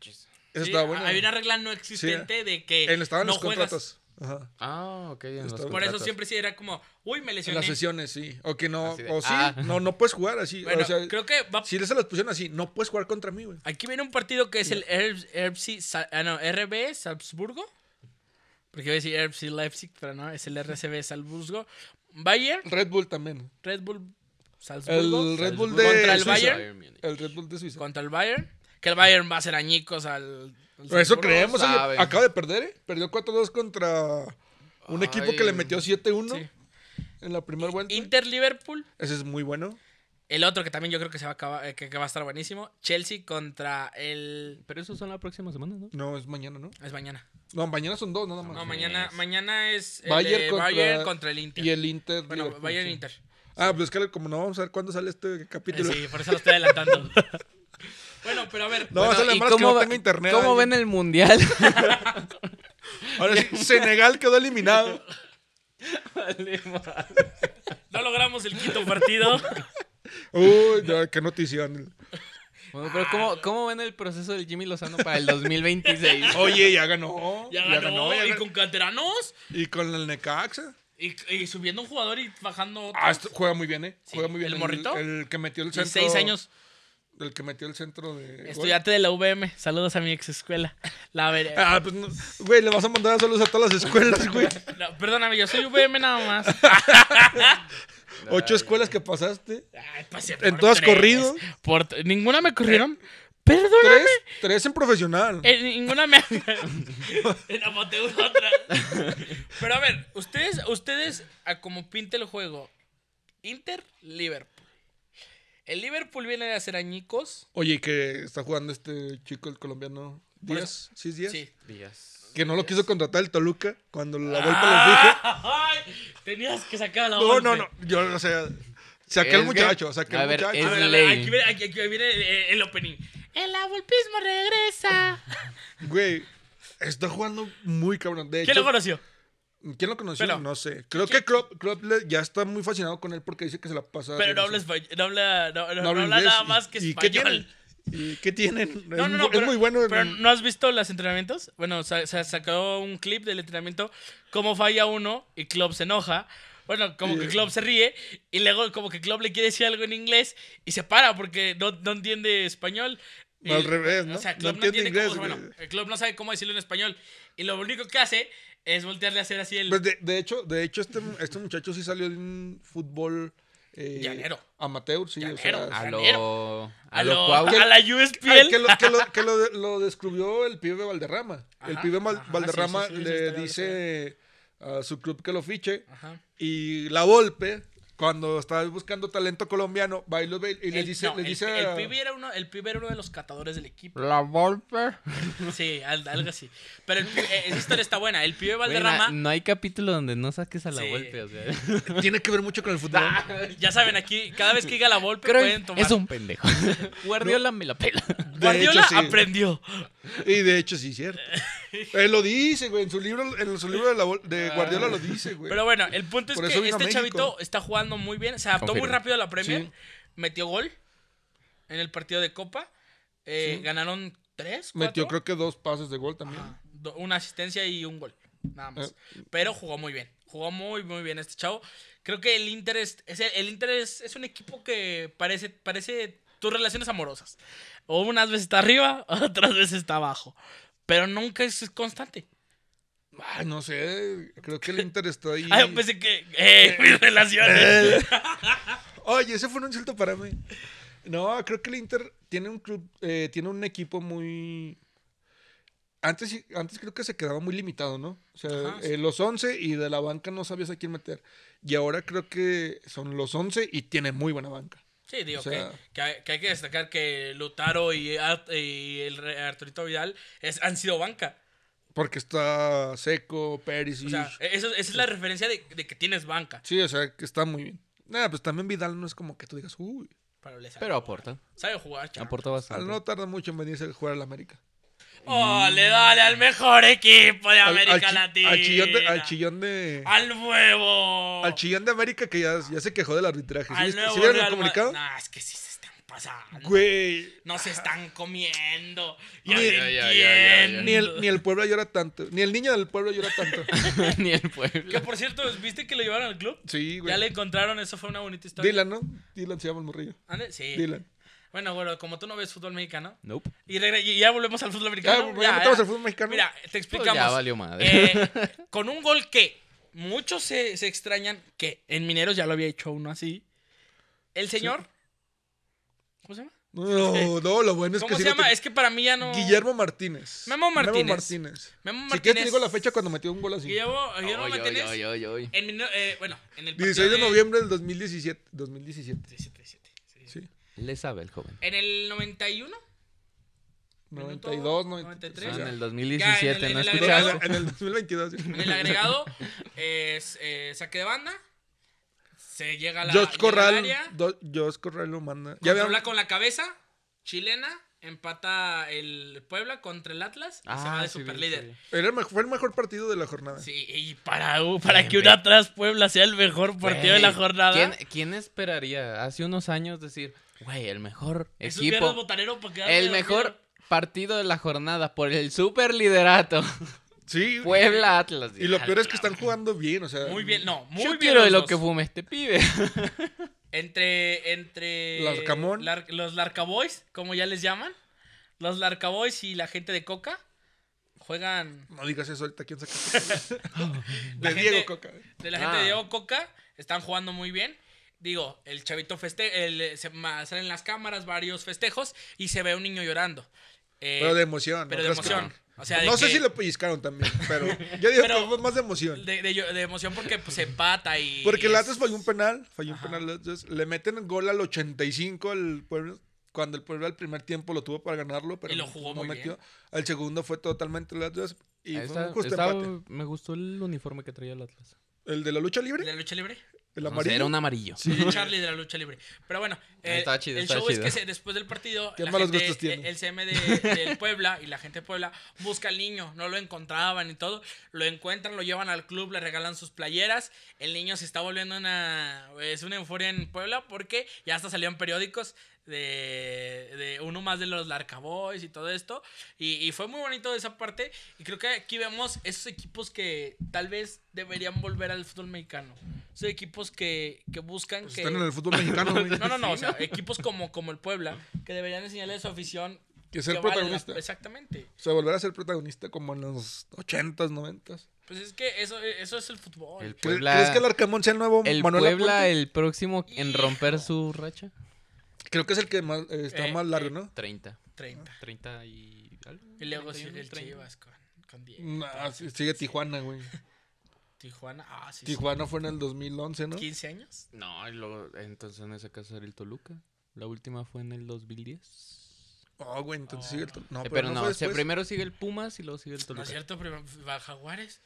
Speaker 2: Eso
Speaker 3: Sí,
Speaker 2: estaba bueno.
Speaker 3: Hay una regla no existente de que
Speaker 2: En, estaban
Speaker 3: no
Speaker 2: los
Speaker 3: juegas.
Speaker 2: contratos. Ajá.
Speaker 1: Ah, ok. en los
Speaker 2: Por eso
Speaker 3: Por eso
Speaker 1: contratos.
Speaker 3: siempre sí era como, uy, me
Speaker 2: En
Speaker 3: lesioné.
Speaker 2: las sesiones, sí. O que no,
Speaker 1: Así de,
Speaker 2: o sí,
Speaker 1: ah.
Speaker 2: no, no puedes jugar así.
Speaker 3: Bueno,
Speaker 2: o sea,
Speaker 3: creo que va
Speaker 2: si les se las pusieron así, no puedes jugar contra mí, güey.
Speaker 3: ah, Aquí viene un partido que es el RB, RB Salzburgo. Porque iba a decir RFC Leipzig, pero no, es el RCB Salzburgo. Bayern,
Speaker 2: Red Bull también.
Speaker 3: Red Bull Salzburgo
Speaker 2: El Red Bull
Speaker 1: Salzburgo
Speaker 2: de
Speaker 3: contra el
Speaker 2: Suiza.
Speaker 3: Bayern.
Speaker 2: El Red Bull de Suiza.
Speaker 3: contra el Bayern. Que el Bayern va a ser añicos al. al
Speaker 2: Eso
Speaker 3: Salzburgo.
Speaker 2: creemos. oye,
Speaker 1: sabe.
Speaker 2: acaba de perder, ¿eh? Perdió 4-2 contra un equipo que
Speaker 1: Ay.
Speaker 2: le metió 7-1
Speaker 3: Sí.
Speaker 2: en la primera vuelta.
Speaker 3: Inter Liverpool.
Speaker 2: Ese es muy bueno.
Speaker 3: El otro que también yo creo que se va a acabar, eh, que, que va a estar buenísimo. Chelsea contra el.
Speaker 1: Pero eso son la próxima semana, ¿no?
Speaker 2: No, es mañana, ¿no?
Speaker 3: Es mañana.
Speaker 2: No, mañana son dos, nada más.
Speaker 3: No, mañana, mañana es el
Speaker 2: Bayern
Speaker 3: de
Speaker 2: contra-
Speaker 3: eh, Bayern contra el Inter.
Speaker 2: Y el Inter.
Speaker 3: bueno,
Speaker 2: Liverpool,
Speaker 3: Bayern
Speaker 2: sí.
Speaker 3: Inter.
Speaker 2: Ah, pues es que como no vamos a ver cuándo sale este
Speaker 3: Eh,
Speaker 2: capítulo.
Speaker 3: sí, por eso lo estoy adelantando. <laughs> bueno, pero a ver.
Speaker 2: No,
Speaker 1: Bueno,
Speaker 2: sale
Speaker 1: ¿y
Speaker 2: más que no
Speaker 1: va-
Speaker 2: tengo internet.
Speaker 1: ¿Cómo
Speaker 2: ahí.
Speaker 1: ven el mundial?
Speaker 2: Ahora sí, Senegal quedó
Speaker 3: <laughs>
Speaker 2: eliminado.
Speaker 3: No logramos el quinto
Speaker 2: <laughs>
Speaker 3: partido.
Speaker 2: Uy, no, qué notición.
Speaker 1: bueno, pero ¿cómo, ¿cómo ven el proceso del Jimmy Lozano para <laughs> el 2026?
Speaker 2: Oye, ya ganó.
Speaker 3: Ya ganó.
Speaker 2: ya
Speaker 3: y
Speaker 2: ganó.
Speaker 3: con canteranos.
Speaker 2: Y con el Necaxa.
Speaker 3: Y, y subiendo un jugador y bajando otro.
Speaker 2: Ah, esto- juega muy bien, ¿eh?
Speaker 3: Sí.
Speaker 2: Juega muy bien.
Speaker 3: ¿El morrito?
Speaker 2: El, que metió el centro.
Speaker 3: 16 años.
Speaker 2: El que metió el centro de. gol.
Speaker 3: Estudiante de la UVM. Saludos a mi ex escuela. La veré.
Speaker 2: Ah, pues no. Güey, le vas a mandar saludos a todas las escuelas,
Speaker 3: <laughs>
Speaker 2: güey.
Speaker 3: No, perdóname, yo soy UVM nada más.
Speaker 2: <laughs> Ocho escuelas que pasaste.
Speaker 3: Ay, pasé
Speaker 2: ¿En
Speaker 3: por
Speaker 2: todas
Speaker 3: tres.
Speaker 2: corrido?
Speaker 3: Por t- ninguna me corrieron. Perdóname.
Speaker 2: Tres. Tres en profesional.
Speaker 3: Eh, ninguna me. <laughs> en amateur otra. Pero a ver, ustedes, ustedes, a como pinta el juego, Inter, Liverpool. El Liverpool viene de hacer añicos.
Speaker 2: Oye, que está jugando este chico, el colombiano.
Speaker 3: Por
Speaker 2: Díaz. ¿Sí es Díaz?
Speaker 3: Sí.
Speaker 1: Díaz.
Speaker 2: Que no lo quiso contratar el Toluca cuando la
Speaker 1: Ah,
Speaker 2: vuelta
Speaker 3: Ay, tenías que sacar a la
Speaker 2: les dijo. No,
Speaker 3: once.
Speaker 2: no, no. Yo, o sea, saqué al
Speaker 1: Es que-
Speaker 2: muchacho, saqué
Speaker 1: a
Speaker 2: al
Speaker 1: ver,
Speaker 2: muchacho.
Speaker 1: es-
Speaker 3: A ver, a ver,
Speaker 1: ley.
Speaker 3: aquí, viene- aquí- aquí viene eh, el opening. El abulpismo regresa.
Speaker 2: Güey, está jugando muy cabrón. De
Speaker 3: ¿Quién
Speaker 2: hecho,
Speaker 3: lo conoció?
Speaker 2: ¿Quién lo conoció?
Speaker 3: Pero-
Speaker 2: no sé. Creo que Klopp, Klopp le- ya está muy fascinado con él porque dice que se la pasa.
Speaker 3: Pero no habla,
Speaker 2: sé,
Speaker 3: español, no habla, no, no-
Speaker 2: no
Speaker 3: no
Speaker 2: habla
Speaker 3: habla
Speaker 2: inglés.
Speaker 3: nada más que
Speaker 2: ¿Y
Speaker 3: español.
Speaker 2: qué tienen? ¿Y qué tienen?
Speaker 3: No,
Speaker 2: es,
Speaker 3: no,
Speaker 2: mu-
Speaker 3: no.
Speaker 2: es
Speaker 3: pero-
Speaker 2: muy bueno. en-
Speaker 3: Pero ¿no has visto los entrenamientos? Bueno, sa- sa- sacó un clip del entrenamiento. Cómo falla uno y Klopp se enoja. Bueno, como que Klopp se ríe. Y luego, como que Klopp le quiere decir algo en inglés. Y se para porque no, no entiende español. Y-
Speaker 2: Al revés, ¿no?
Speaker 3: O sea,
Speaker 2: No
Speaker 3: Klopp no,
Speaker 2: entiende
Speaker 3: entiende cómo-
Speaker 2: inglés,
Speaker 3: Bueno,
Speaker 2: güey.
Speaker 3: el Klopp no sabe cómo decirlo en español. Y lo único que hace es voltearle a hacer así el.
Speaker 2: Pues de, de hecho, de hecho este, este muchacho sí salió de un fútbol eh,
Speaker 3: Llanero.
Speaker 2: amateur, sí.
Speaker 3: Llanero. Ah,
Speaker 2: O sea,
Speaker 1: A
Speaker 3: Llanero.
Speaker 1: lo.
Speaker 3: a,
Speaker 1: A lo
Speaker 3: lo-
Speaker 1: Cuau.
Speaker 3: a la
Speaker 2: Ay,
Speaker 3: USPL.
Speaker 2: que lo, que lo- que lo de-
Speaker 3: <laughs>
Speaker 2: lo descubrió el pibe Valderrama. el
Speaker 3: Ajá,
Speaker 2: pibe Mal-
Speaker 3: ajá,
Speaker 2: Valderrama
Speaker 3: sí, sí, sí, sí,
Speaker 2: le
Speaker 3: está bien, está
Speaker 2: dice a su club que lo fiche.
Speaker 3: Ajá.
Speaker 2: Y la Volpe, cuando estaba buscando talento colombiano, va y, lo ve y le
Speaker 3: El-
Speaker 2: dice,
Speaker 3: no,
Speaker 2: le
Speaker 3: el-
Speaker 2: dice
Speaker 3: el
Speaker 2: a- <laughs>
Speaker 3: pibe era uno, el pibe era uno de los catadores del equipo.
Speaker 1: La Volpe.
Speaker 3: Sí, al- algo así. Pero el, pi- eh, esa historia está buena. El pibe
Speaker 1: Güey,
Speaker 3: Valderrama,
Speaker 1: na- no hay capítulo donde no saques a la
Speaker 3: Sí.
Speaker 1: Volpe, o sea.
Speaker 3: <laughs>
Speaker 1: <laughs>
Speaker 2: tiene que ver mucho con el fútbol.
Speaker 3: ya saben, aquí cada vez que diga la Volpe pueden tomar.
Speaker 1: es un
Speaker 3: <laughs>
Speaker 1: pendejo. Guardiola me la pela.
Speaker 2: De
Speaker 3: Guardiola
Speaker 2: hecho, sí.
Speaker 3: aprendió.
Speaker 2: <laughs> Y de hecho, sí,
Speaker 3: <laughs>
Speaker 2: cierto. Él lo dice, güey. En su libro, en su libro de, la Vol- de Guardiola lo dice, güey.
Speaker 3: Ah. Pero bueno, el punto es
Speaker 2: Por
Speaker 3: que
Speaker 2: eso vino a
Speaker 3: este
Speaker 2: México.
Speaker 3: chavito está jugando muy bien. Se adaptó muy
Speaker 1: Confirmo.
Speaker 3: rápido a la Premier.
Speaker 2: Sí.
Speaker 3: Metió gol en el partido de Copa. Eh, Ganaron tres, cuatro.
Speaker 2: Metió, creo que dos pases de gol también.
Speaker 3: do- una asistencia y un gol. Nada más. Pero jugó muy bien. Jugó muy, muy bien este chavo. Creo que el Inter es, es el, el Inter es, es un equipo que parece, parece tus relaciones amorosas. O unas veces está arriba, <laughs> otras veces está abajo. Pero nunca es es constante.
Speaker 2: Ay, no sé. Creo
Speaker 3: <laughs>
Speaker 2: que el Inter está ahí.
Speaker 3: Ay, Ah, yo pensé que. ¡Eh! <laughs> Mis relaciones.
Speaker 2: Oye, ese fue un insulto para mí. No, creo que el Inter tiene un club, eh, tiene un equipo muy. Antes, sí- antes creo que se quedaba muy limitado, ¿no? O sea,
Speaker 3: Ajá, sí.
Speaker 2: eh, los 11 y de la banca no sabías a quién meter. Y ahora creo que son los 11 y tiene muy buena banca.
Speaker 3: Sí, digo
Speaker 2: O sea-
Speaker 3: que, que hay, que hay que destacar que Lutaro y, Ar- y el re- Arturito Vidal es, han sido banca.
Speaker 2: Porque está Seco, Perisic.
Speaker 3: O sea, eso- esa es la referencia de, de que tienes banca.
Speaker 2: Sí, o sea, que está muy bien. Nada, pues también Vidal no es como que tú digas, uy,
Speaker 3: Pero, le sabe
Speaker 1: <laughs> Pero
Speaker 3: jugar.
Speaker 1: aporta.
Speaker 3: Sabe jugar, chaval.
Speaker 1: Aporta bastante.
Speaker 2: no tarda mucho en venirse a jugar al América.
Speaker 3: Oh, le dale al mejor equipo de
Speaker 2: Al- al
Speaker 3: América
Speaker 2: chi-
Speaker 3: Latina. Ah,
Speaker 2: Al chillón de. Al chillón de...
Speaker 3: Al huevo.
Speaker 2: Al chillón de América que ya, ya se quejó del arbitraje.
Speaker 3: Al
Speaker 2: ¿Sí,
Speaker 3: nuevo
Speaker 2: ¿sí vieron el
Speaker 3: Real Ma-
Speaker 2: comunicado?
Speaker 3: Nah, es que sí se están pasando.
Speaker 2: Güey.
Speaker 3: No se están comiendo.
Speaker 2: Ni-
Speaker 3: Ya se
Speaker 1: Ay, ay, ay, ay, ay.
Speaker 2: Ni el, ni el pueblo llora tanto. Ni el niño del pueblo llora tanto.
Speaker 1: <laughs>
Speaker 3: <laughs>
Speaker 1: Ni el
Speaker 3: Que
Speaker 1: pueblo.
Speaker 3: por cierto, ¿viste que lo llevaron al club?
Speaker 2: Sí, güey.
Speaker 3: Ya le encontraron, eso fue una bonita historia.
Speaker 2: Dylan, ¿no? Dylan se llama el morrillo.
Speaker 3: ¿Ande? Sí.
Speaker 2: Dylan.
Speaker 3: Bueno, bueno, como tú no ves fútbol mexicano.
Speaker 1: Nope. Pues
Speaker 3: Y, regre- y ya volvemos al
Speaker 2: Ya,
Speaker 3: fútbol americano.
Speaker 2: Ah, bueno,
Speaker 3: Ya,
Speaker 2: metamos
Speaker 3: ya.
Speaker 2: al fútbol mexicano.
Speaker 3: Mira, te
Speaker 1: Pues
Speaker 3: explicamos.
Speaker 1: ya valió <laughs> madre.
Speaker 3: Eh, con un gol que muchos se, se extrañan, que en Mineros ya lo había hecho uno así. El señor. ¿Cómo se llama?
Speaker 2: No, no, lo bueno es
Speaker 3: ¿Cómo
Speaker 2: que sí
Speaker 3: se
Speaker 2: lo
Speaker 3: llama?
Speaker 2: tengo.
Speaker 3: Es que para mí ya no.
Speaker 2: Guillermo Martínez.
Speaker 3: Memo Martínez.
Speaker 2: Memo Martínez.
Speaker 3: Memo
Speaker 2: Si quieres
Speaker 3: Martínez.
Speaker 2: te digo la fecha cuando metió un gol así.
Speaker 3: Guillermo, Guillermo
Speaker 1: Oy, oy,
Speaker 3: Martínez.
Speaker 1: oy, oy, oy.
Speaker 3: En Mine- eh, bueno, en el partido
Speaker 2: 16 de noviembre del 2017. 2017.
Speaker 3: 17, 17, sí.
Speaker 2: Sí.
Speaker 1: Le sabe el joven.
Speaker 3: En el 91. Minuto
Speaker 2: 92,
Speaker 1: Ah,
Speaker 2: 93.
Speaker 3: 93.
Speaker 1: en el
Speaker 3: Ya, en
Speaker 1: 2017,
Speaker 3: el-
Speaker 1: ¿no
Speaker 3: en el
Speaker 1: escuchaste?
Speaker 3: agregado.
Speaker 2: En el 2022. sí.
Speaker 3: En el
Speaker 2: <laughs>
Speaker 3: agregado, es, eh, saque de banda. Se llega a la. llega
Speaker 2: Josh
Speaker 3: al
Speaker 2: Corral.
Speaker 3: área,
Speaker 2: do- Josh Corral lo manda. Ya
Speaker 3: controla
Speaker 2: había-
Speaker 3: con la cabeza. Chilena. Empata el Puebla contra el Atlas. Y se va de
Speaker 1: Ah, sí, vi, sí,
Speaker 3: superlíder.
Speaker 1: vi.
Speaker 2: era el mejor- Fue el mejor partido de la jornada.
Speaker 3: Sí, y para, uh, para que un Atlas Puebla sea el mejor partido de la
Speaker 1: Güey,
Speaker 3: jornada.
Speaker 1: ¿quién, quién esperaría hace unos años decir, güey, el mejor
Speaker 3: Es un viernes
Speaker 1: equipo,
Speaker 3: botanero para quedarme
Speaker 1: el
Speaker 3: dormido.
Speaker 1: mejor partido de la jornada por el super liderato?
Speaker 2: Sí.
Speaker 1: <laughs> Puebla Atlas.
Speaker 2: Y lo peor es que están jugando bien, o sea.
Speaker 3: Pues, Muy bien, no, muy
Speaker 1: Yo
Speaker 3: bien.
Speaker 1: quiero
Speaker 3: los
Speaker 1: de lo
Speaker 3: dos.
Speaker 1: que fume este pibe.
Speaker 3: Entre. entre
Speaker 2: Larcamón.
Speaker 3: Lar- los Larcaboys, como ya les llaman. Los Larcaboys y la gente de Coca juegan.
Speaker 2: No digas eso ahorita, ¿quién saca?
Speaker 3: <laughs>
Speaker 2: Oh,
Speaker 3: La
Speaker 2: de
Speaker 3: gente- eh,
Speaker 2: Diego Coca.
Speaker 3: De la gente
Speaker 1: Ah.
Speaker 3: de Diego Coca están jugando muy bien. Digo, el chavito feste el, eh, se, ma- salen las cámaras, varios festejos y se ve un niño llorando. Eh,
Speaker 2: Pero de emoción.
Speaker 3: pero
Speaker 2: ¿no
Speaker 3: de
Speaker 2: crees que-
Speaker 3: emoción. O sea, de
Speaker 2: no sé
Speaker 3: que-
Speaker 2: si lo pellizcaron también,
Speaker 3: <laughs>
Speaker 2: pero yo digo
Speaker 3: Pero-
Speaker 2: que fue más de emoción.
Speaker 3: de, de llo- de emoción porque pues, se empata y.
Speaker 2: Porque el
Speaker 3: es-
Speaker 2: Atlas falló un penal, falló
Speaker 3: Ajá.
Speaker 2: un penal, entonces, le meten el gol al 85 al Puebla, cuando el Puebla al primer tiempo lo tuvo para ganarlo, pero
Speaker 3: Y lo
Speaker 2: no-
Speaker 3: jugó
Speaker 2: no
Speaker 3: muy
Speaker 2: metió. Al segundo fue totalmente el Atlas <laughs> y fue
Speaker 1: Está-
Speaker 2: un justo
Speaker 1: está-
Speaker 2: empate.
Speaker 1: me gustó el uniforme que traía el Atlas.
Speaker 2: El de la lucha
Speaker 3: ¿De
Speaker 2: libre,
Speaker 3: la lucha libre?
Speaker 2: el
Speaker 1: No sé,
Speaker 2: amarillo.
Speaker 1: era un amarillo.
Speaker 3: El Charlie de la lucha libre. Pero bueno, eh,
Speaker 1: Está Ah, chido,
Speaker 3: el
Speaker 1: está
Speaker 3: show es
Speaker 1: chido.
Speaker 3: que se- después del partido,
Speaker 2: Qué
Speaker 3: la
Speaker 2: malos
Speaker 3: gente,
Speaker 2: gustos tiene.
Speaker 3: eh, el CM de, del Puebla y la gente de Puebla busca al niño, no lo encontraban y todo, lo encuentran, lo llevan al club, le regalan sus playeras, el niño se está volviendo una, es una euforia en Puebla porque ya hasta salieron periódicos de, de uno más de los Larcaboys y todo esto, y, y fue muy bonito esa parte, y creo que aquí vemos esos equipos que tal vez deberían volver al fútbol mexicano. Esos equipos que, que buscan
Speaker 2: Pues
Speaker 3: que...
Speaker 2: están en el fútbol <laughs> mexicano, güey,
Speaker 3: No, no, no. O sea, equipos como, como el Puebla, que deberían enseñarle a su afición.
Speaker 2: que ser
Speaker 3: que vale la-
Speaker 2: protagonista.
Speaker 3: exactamente.
Speaker 2: O sea, volver a ser protagonista como en los 80s, 90s.
Speaker 3: Pues es que eso, eso es el fútbol.
Speaker 1: El
Speaker 2: ¿Crees,
Speaker 1: Puebla,
Speaker 2: crees que el Arcamón sea el nuevo
Speaker 1: el,
Speaker 2: Manuel
Speaker 1: Puebla
Speaker 2: Aponte?
Speaker 1: el próximo en romper
Speaker 3: Hijo.
Speaker 1: su racha.
Speaker 2: Creo que es el que más, eh, está
Speaker 3: Eh,
Speaker 2: más largo,
Speaker 3: eh,
Speaker 2: ¿no?
Speaker 1: 30.
Speaker 3: 30.
Speaker 1: 30 y algo.
Speaker 3: Y luego sí,
Speaker 1: 31,
Speaker 3: el
Speaker 1: 30.
Speaker 3: Chivas con, con 10.
Speaker 2: Nah, Mm, ah, sí- sigue Tijuana, güey.
Speaker 3: Tijuana. Ah, sí. sí.
Speaker 2: Tijuana fue en el 2011, ¿no?
Speaker 3: 15 años.
Speaker 1: No, y luego, entonces en ese caso era el Toluca. La última fue en el 2010.
Speaker 2: Oh, güey, entonces sigue el Tol- No,
Speaker 1: Eh,
Speaker 2: pero,
Speaker 1: pero
Speaker 2: no,
Speaker 1: no,
Speaker 2: fue
Speaker 1: o sea,
Speaker 2: después.
Speaker 1: primero sigue el Pumas y luego sigue el
Speaker 3: ¿No
Speaker 1: Toluca.
Speaker 3: es cierto? Pero va Jaguares.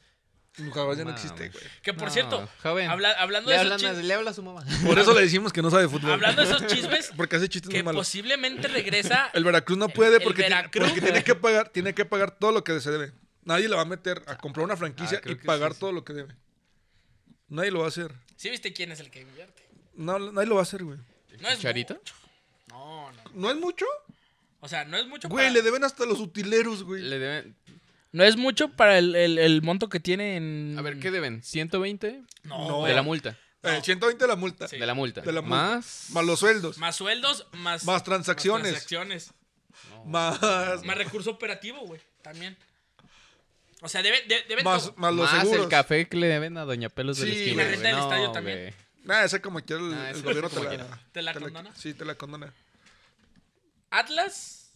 Speaker 2: Jaguares ya no
Speaker 1: Mames.
Speaker 2: existe, güey.
Speaker 3: Que por
Speaker 1: No,
Speaker 3: cierto,
Speaker 1: joven,
Speaker 3: habla- hablando,
Speaker 1: le,
Speaker 3: de
Speaker 1: hablan
Speaker 3: esos
Speaker 1: a,
Speaker 3: chismes,
Speaker 1: le habla a su mamá.
Speaker 2: Por eso le decimos que no sabe de fútbol.
Speaker 3: hablando de esos chismes,
Speaker 2: <laughs> Porque hace chistes muy
Speaker 3: que
Speaker 2: malos.
Speaker 3: posiblemente regresa.
Speaker 2: El Veracruz no puede
Speaker 3: el
Speaker 2: porque, tiene-
Speaker 3: Veracruz.
Speaker 2: porque tiene que pagar, tiene que pagar todo lo que se debe. Nadie le va a meter a comprar una franquicia
Speaker 1: Ah, creo
Speaker 2: y
Speaker 1: que
Speaker 2: pagar
Speaker 1: sí, sí.
Speaker 2: todo lo que debe. Nadie lo va a hacer.
Speaker 3: ¿Sí viste quién es el que invierte?
Speaker 2: No, nadie lo va a hacer, güey.
Speaker 3: No es
Speaker 1: ¿Chicharito?
Speaker 3: mucho. No, no. no.
Speaker 2: ¿No es mucho?
Speaker 3: O sea, no es mucho
Speaker 2: Güey,
Speaker 3: para-
Speaker 2: le deben hasta los utileros,
Speaker 1: <laughs>
Speaker 2: güey.
Speaker 1: Le deben,
Speaker 3: No es mucho para el, el- el monto que tiene en.
Speaker 1: a ver, ¿qué deben? ¿120?
Speaker 3: No,
Speaker 2: No.
Speaker 1: De
Speaker 3: güey.
Speaker 1: la multa.
Speaker 2: Eh, 120 de la multa.
Speaker 3: Sí.
Speaker 1: De la multa.
Speaker 2: De la multa.
Speaker 1: Más.
Speaker 2: Más los sueldos.
Speaker 3: Más sueldos, más.
Speaker 2: Más transacciones.
Speaker 3: Más, transacciones.
Speaker 1: No.
Speaker 2: Más,
Speaker 3: Más recurso operativo, güey. También. O sea, deben. De, deben
Speaker 2: más,
Speaker 3: todo.
Speaker 2: más los
Speaker 1: Más
Speaker 2: seguros.
Speaker 1: el café que le deben a Doña Pelos de la
Speaker 2: Sí,
Speaker 1: esquina.
Speaker 2: la
Speaker 1: güey.
Speaker 3: renta del
Speaker 1: No,
Speaker 3: estadio también.
Speaker 1: güey.
Speaker 2: Nah, esa como quiera el,
Speaker 1: Nah,
Speaker 2: el
Speaker 1: esa
Speaker 2: gobierno
Speaker 1: como
Speaker 2: te la,
Speaker 1: quiera.
Speaker 3: ¿Te la condona?
Speaker 2: Sí, te la condona.
Speaker 3: Atlas.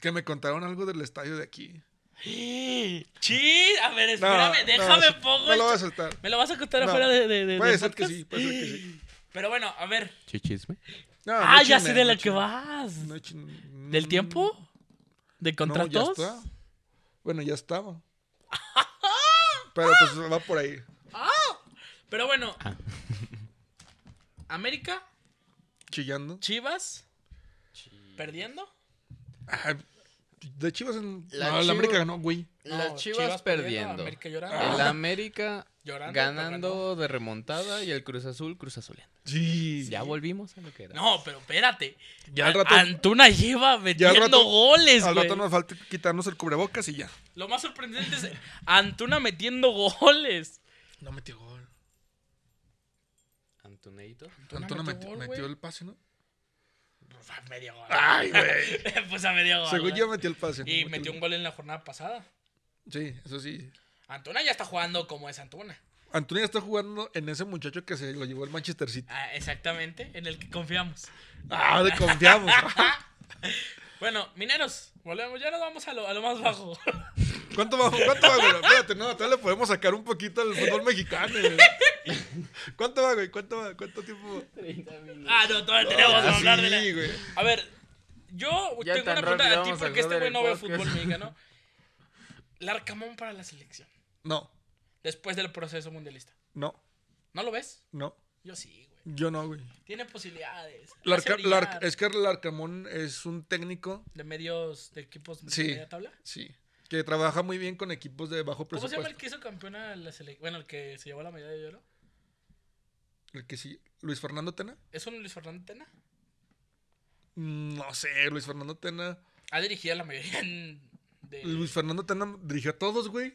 Speaker 2: Que me contaron algo del estadio de aquí.
Speaker 3: Sí, a ver,
Speaker 2: No,
Speaker 3: espérame,
Speaker 2: no,
Speaker 3: déjame
Speaker 2: sí,
Speaker 3: pongo.
Speaker 2: No
Speaker 3: el
Speaker 2: lo vas a
Speaker 3: ch-
Speaker 2: soltar.
Speaker 3: ¿Me lo vas a contar
Speaker 2: No,
Speaker 3: afuera de, de, de-
Speaker 2: Puede
Speaker 3: del
Speaker 2: ser que
Speaker 3: podcast?
Speaker 2: sí, puede ser que sí.
Speaker 3: Pero bueno, a ver.
Speaker 1: Chichisme.
Speaker 2: No,
Speaker 3: ah,
Speaker 2: no
Speaker 3: ya
Speaker 2: chisme,
Speaker 3: sé de
Speaker 2: no
Speaker 3: la que
Speaker 2: chisme.
Speaker 3: vas.
Speaker 2: No chin-
Speaker 3: ¿Del tiempo? ¿De
Speaker 2: No, ya
Speaker 3: contratos?
Speaker 2: está. Bueno, ya estaba.
Speaker 3: <laughs>
Speaker 2: Pero pues va por ahí.
Speaker 3: Pero bueno. <laughs> América,
Speaker 2: Chillando.
Speaker 3: Chivas, perdiendo.
Speaker 2: Ah, de Chivas en.
Speaker 1: La
Speaker 2: no,
Speaker 1: Chivas-
Speaker 2: la América ganó, güey.
Speaker 1: Las
Speaker 3: No,
Speaker 1: Chivas, perdiendo.
Speaker 3: América llorando.
Speaker 1: El América
Speaker 3: Llorando,
Speaker 1: ganando de remontada y el Cruz Azul, Cruz Azuleando.
Speaker 2: Sí.
Speaker 1: Ya volvimos a lo que era.
Speaker 3: No, pero espérate.
Speaker 2: Ya al
Speaker 3: A-
Speaker 2: rato-
Speaker 3: Antuna lleva metiendo goles,
Speaker 2: Al
Speaker 3: güey.
Speaker 2: rato nos falta quitarnos el cubrebocas y ya.
Speaker 3: Lo más sorprendente es Antuna metiendo goles.
Speaker 2: No metió gol.
Speaker 1: Antoneito.
Speaker 2: Antona metió, metió el pase, ¿no?
Speaker 3: Pues a medio gol.
Speaker 2: Ay, güey.
Speaker 3: <laughs> pues a medio gol.
Speaker 2: Según
Speaker 3: güey.
Speaker 2: yo metió el pase.
Speaker 3: Y
Speaker 2: no,
Speaker 3: metió un gol en la jornada pasada.
Speaker 2: Sí, eso sí.
Speaker 3: Antuna ya está jugando como es Antuna.
Speaker 2: Antonio está jugando en ese muchacho que se lo llevó el Manchester City.
Speaker 3: Ah, exactamente, en el que confiamos.
Speaker 2: Ah, le confiamos.
Speaker 3: <laughs> Bueno, mineros, volvemos, ya nos vamos a lo, a lo más bajo. <laughs>
Speaker 2: ¿Cuánto va? ¿Cuánto va, güey? Espérate, no, todavía le podemos sacar un poquito al fútbol mexicano, güey. ¿Cuánto va, güey? ¿Cuánto va? ¿Cuánto tiempo?
Speaker 3: ah, no, todavía tenemos que
Speaker 2: Ah,
Speaker 3: hablar de la...
Speaker 2: sí, güey.
Speaker 3: A ver, yo
Speaker 4: Ya
Speaker 3: tengo
Speaker 4: tan
Speaker 3: una pregunta a
Speaker 4: rápido
Speaker 3: ti
Speaker 4: vamos a
Speaker 3: porque este
Speaker 4: hablar del
Speaker 3: güey no ve
Speaker 4: podcast.
Speaker 3: fútbol mexicano. Larcamón para la selección,
Speaker 2: No,
Speaker 3: después del proceso mundialista.
Speaker 2: no,
Speaker 3: ¿No lo ves?
Speaker 2: no.
Speaker 3: Yo sí, güey.
Speaker 2: Yo no, güey.
Speaker 3: Tiene posibilidades.
Speaker 2: Larca-
Speaker 3: Hace brillar.
Speaker 2: Larca- es que Larcamón es un técnico,
Speaker 3: De medios, de equipos de
Speaker 2: Sí.
Speaker 3: media tabla.
Speaker 2: sí, que trabaja muy bien con equipos de bajo
Speaker 3: ¿Cómo se
Speaker 2: presupuesto.
Speaker 3: llama el que hizo campeona la selección? Bueno, el que se llevó la medalla de oro.
Speaker 2: el... que sí, Luis Fernando Tena.
Speaker 3: ¿Es un Luis Fernando Tena?
Speaker 2: Mm, No sé, Luis Fernando Tena.
Speaker 3: Ha dirigido la mayoría en- de.
Speaker 2: Luis Fernando Tena dirigió a todos, güey.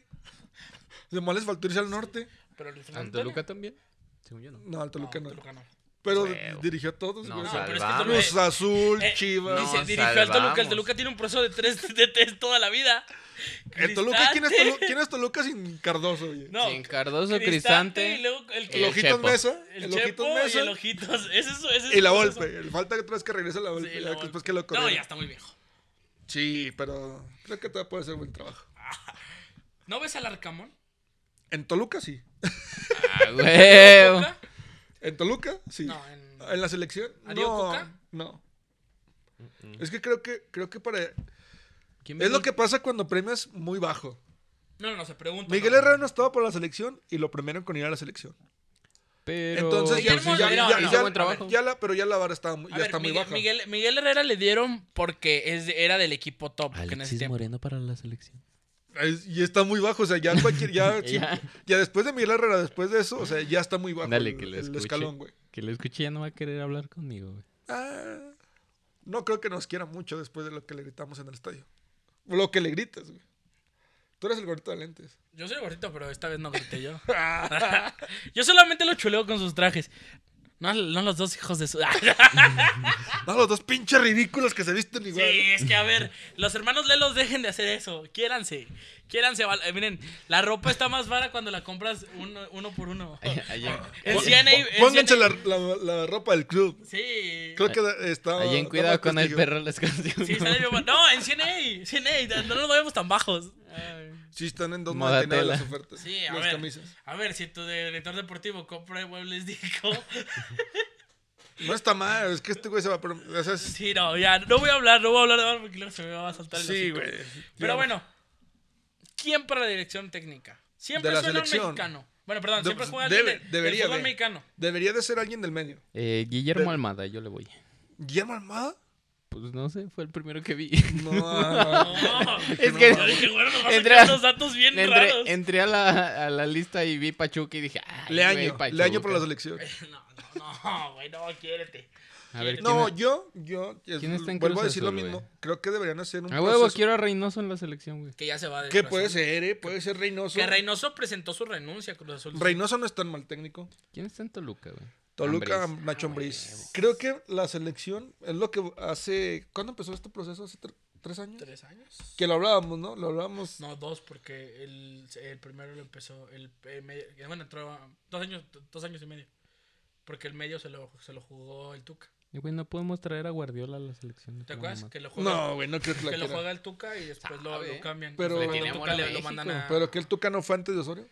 Speaker 2: De más les faltó irse al norte.
Speaker 3: Pero Luis
Speaker 1: ¿Al
Speaker 3: Fernando
Speaker 1: Toluca
Speaker 3: Tena-
Speaker 1: también? Según yo no.
Speaker 2: No, al Toluca
Speaker 3: No,
Speaker 2: no.
Speaker 3: Toluca no.
Speaker 2: Pero
Speaker 1: Huevo.
Speaker 2: dirigió a todos,
Speaker 1: No,
Speaker 2: güey.
Speaker 1: o
Speaker 3: No,
Speaker 1: sea,
Speaker 3: pero es que
Speaker 1: Salvamos.
Speaker 3: Toluca-
Speaker 2: Cruz Azul,
Speaker 3: Eh,
Speaker 2: Ah, Chivas.
Speaker 4: No,
Speaker 3: Dice, dirigió al Toluca. El
Speaker 4: salvamos.
Speaker 3: Toluca tiene un proceso de tres DTs toda la vida.
Speaker 2: El Toluca, ¿quién es,
Speaker 3: eh, Cristante.
Speaker 2: Tolu- quién es Toluca sin Cardoso, güey?
Speaker 3: No.
Speaker 1: Sin Cardoso,
Speaker 3: Y
Speaker 1: Cristante.
Speaker 3: luego el,
Speaker 2: El
Speaker 1: El
Speaker 3: que-
Speaker 2: Ojitos
Speaker 1: Chepo.
Speaker 2: Mesa,
Speaker 3: el
Speaker 2: el, Ojitos
Speaker 3: Chepo y
Speaker 2: Mesa
Speaker 3: el Ojitos. Ese es, ese es
Speaker 2: y la
Speaker 3: un
Speaker 2: Volpe.
Speaker 3: proceso.
Speaker 2: El falta otra vez que regrese la Volpe,
Speaker 3: Sí,
Speaker 2: ya
Speaker 3: la
Speaker 2: que después
Speaker 3: Volpe.
Speaker 2: que lo
Speaker 3: No,
Speaker 2: corrieron.
Speaker 3: ya está muy viejo.
Speaker 2: Sí, pero creo que todavía puede hacer buen trabajo.
Speaker 3: ¿No ves al Arcamón?
Speaker 2: En Toluca, sí.
Speaker 1: Ah, güey.
Speaker 3: ¿Coca?
Speaker 2: En Toluca, sí.
Speaker 3: No, en-
Speaker 2: en la selección,
Speaker 3: ¿A Diego
Speaker 2: no.
Speaker 3: Coca?
Speaker 2: No. Es que creo que creo que para
Speaker 1: ¿Quién
Speaker 2: es
Speaker 1: vino?
Speaker 2: lo que pasa cuando premias muy bajo.
Speaker 3: No, no, no, se pregunta.
Speaker 2: Miguel
Speaker 3: no.
Speaker 2: Herrera no estaba para la selección y lo premiaron con ir a la selección.
Speaker 1: Pero...
Speaker 2: Entonces ya,
Speaker 1: pues sí,
Speaker 3: Guillermo
Speaker 2: ya-
Speaker 3: Herrera
Speaker 2: ya-
Speaker 1: hizo
Speaker 2: ya-
Speaker 1: buen trabajo.
Speaker 2: ya la, pero ya la vara está, mu-
Speaker 3: A
Speaker 2: ya
Speaker 3: ver,
Speaker 2: está muy
Speaker 3: Miguel,
Speaker 2: baja.
Speaker 3: Miguel, Miguel Herrera le dieron porque es, era del equipo top. que en ese
Speaker 1: Alexis
Speaker 3: tiempo-
Speaker 1: Moreno para la selección.
Speaker 2: Es- y está muy bajo, o sea, ya
Speaker 1: <laughs>
Speaker 2: cualquier, ya, sí,
Speaker 1: Ya.
Speaker 2: ya después de Miguel Herrera, después de eso, o sea, ya está muy bajo
Speaker 1: Dale,
Speaker 2: el,
Speaker 1: que le
Speaker 2: el
Speaker 1: escuche.
Speaker 2: escalón, güey.
Speaker 1: Que lo escuche ya no va a querer hablar conmigo, güey.
Speaker 2: Ah, no creo que nos quiera mucho después de lo que le gritamos en el estadio. Lo que le gritas, güey. Tú eres el gorrito de lentes.
Speaker 3: Yo soy gordito, pero esta vez no grité
Speaker 2: <laughs>
Speaker 3: yo. <laughs> yo solamente lo chuleo con sus trajes. No, no los dos hijos de su. <laughs>
Speaker 2: No, los dos pinches ridículos que se visten
Speaker 3: sí,
Speaker 2: igual.
Speaker 3: es que a ver, los hermanos Lelos dejen de hacer eso. Quiéranse. Quiéranse. val- eh, miren, la ropa está más vara cuando la compras uno, uno
Speaker 1: <laughs>
Speaker 3: por uno.
Speaker 1: <laughs> Allá,
Speaker 3: En
Speaker 2: Pon-
Speaker 3: CNA.
Speaker 2: pon-
Speaker 3: en
Speaker 2: Pónganse
Speaker 3: CNA
Speaker 2: la, la- la ropa del club.
Speaker 3: Sí.
Speaker 2: Creo que da- está.
Speaker 1: allá en
Speaker 2: está
Speaker 1: cuidado
Speaker 2: más
Speaker 1: con el
Speaker 2: prestigio.
Speaker 1: perro les consigo.
Speaker 3: Sí, sale bien- No, en CNA. CNA. No nos vayamos tan bajos. Ay.
Speaker 2: Sí, están en dos
Speaker 1: Moda
Speaker 2: mantenadas
Speaker 1: tela.
Speaker 2: las ofertas.
Speaker 3: Sí, a
Speaker 2: las
Speaker 3: ver.
Speaker 2: camisas.
Speaker 3: A ver, si tu director deportivo compra <laughs> muebles Dico.
Speaker 2: No está mal, es que este güey se va a. prom- o sea, es-
Speaker 3: Sí, no, ya. No voy a hablar, no voy a hablar de Barba porque luego se me va a saltar el
Speaker 2: sí,
Speaker 3: hocico.
Speaker 2: güey.
Speaker 3: Pero
Speaker 2: Digamos,
Speaker 3: bueno, ¿quién para la dirección técnica? Siempre
Speaker 2: De la
Speaker 3: suena un
Speaker 2: selección.
Speaker 3: mexicano. Bueno, perdón,
Speaker 2: De-
Speaker 3: siempre juega
Speaker 2: debe-
Speaker 3: alguien de-
Speaker 2: debería
Speaker 3: del fútbol
Speaker 2: de.
Speaker 3: mexicano.
Speaker 2: Debería de ser alguien del medio.
Speaker 1: Eh, Guillermo
Speaker 2: Pero-
Speaker 1: Almada, yo le voy.
Speaker 2: ¿Guillermo Almada?
Speaker 1: Pues no sé, fue el primero que vi.
Speaker 2: No, no, no. <laughs>
Speaker 3: No,
Speaker 1: Es que-
Speaker 3: yo dije, bueno, me vas a
Speaker 1: Entra-
Speaker 3: sacar unos datos bien
Speaker 1: <laughs> entré
Speaker 3: raros.
Speaker 1: entré a, la, a la lista y vi Pachuca y dije, ay,
Speaker 2: Leaño,
Speaker 1: güey, Pachuca.
Speaker 2: Leaño por la selección.
Speaker 3: No, <laughs> no, no, güey, no, quiérete.
Speaker 1: A ver, ¿quién
Speaker 2: No,
Speaker 1: es?
Speaker 2: yo, yo, es-
Speaker 1: ¿Quién está en
Speaker 2: vuelvo a
Speaker 1: Cruz
Speaker 2: decir lo
Speaker 1: Azul,
Speaker 2: mismo.
Speaker 1: güey?
Speaker 2: Creo que deberían hacer un
Speaker 1: A huevo,
Speaker 2: proceso-
Speaker 1: quiero a Reynoso en la selección, güey.
Speaker 3: Que ya se va de
Speaker 2: Que
Speaker 3: Cruz
Speaker 2: puede
Speaker 3: Azul.
Speaker 2: ser, eh, puede ser Reynoso.
Speaker 3: Que Reynoso presentó su renuncia a Cruz Azul.
Speaker 2: Reynoso no es tan mal técnico.
Speaker 1: ¿ Quién está en Toluca, güey?
Speaker 2: Toluca,
Speaker 1: Ambriz.
Speaker 2: Nacho Ambriz. Creo que la selección es lo que hace... ¿Cuándo empezó este proceso? ¿Hace tre- tres años?
Speaker 3: ¿Tres años?
Speaker 2: Que lo hablábamos, ¿no? Lo hablábamos...
Speaker 3: No, dos, porque el, el primero lo empezó. El, eh, medio- bueno, entró a- dos años, dos años y medio. Porque el medio se lo, se lo jugó el Tuca.
Speaker 1: Eh, Güey, no podemos traer a Guardiola a la selección.
Speaker 3: ¿Te
Speaker 1: no
Speaker 3: acuerdas?
Speaker 1: mames.
Speaker 3: Que lo juega,
Speaker 2: No, güey, no creo que la
Speaker 3: que lo
Speaker 2: quiera.
Speaker 3: juega el Tuca y después lo,
Speaker 1: Sabe,
Speaker 3: lo cambian.
Speaker 2: Pero-
Speaker 3: Después
Speaker 2: Le tiene
Speaker 3: el
Speaker 1: amor a
Speaker 3: le-
Speaker 1: México.
Speaker 3: mandan a-
Speaker 2: Pero que el Tucano fue antes de Osorio.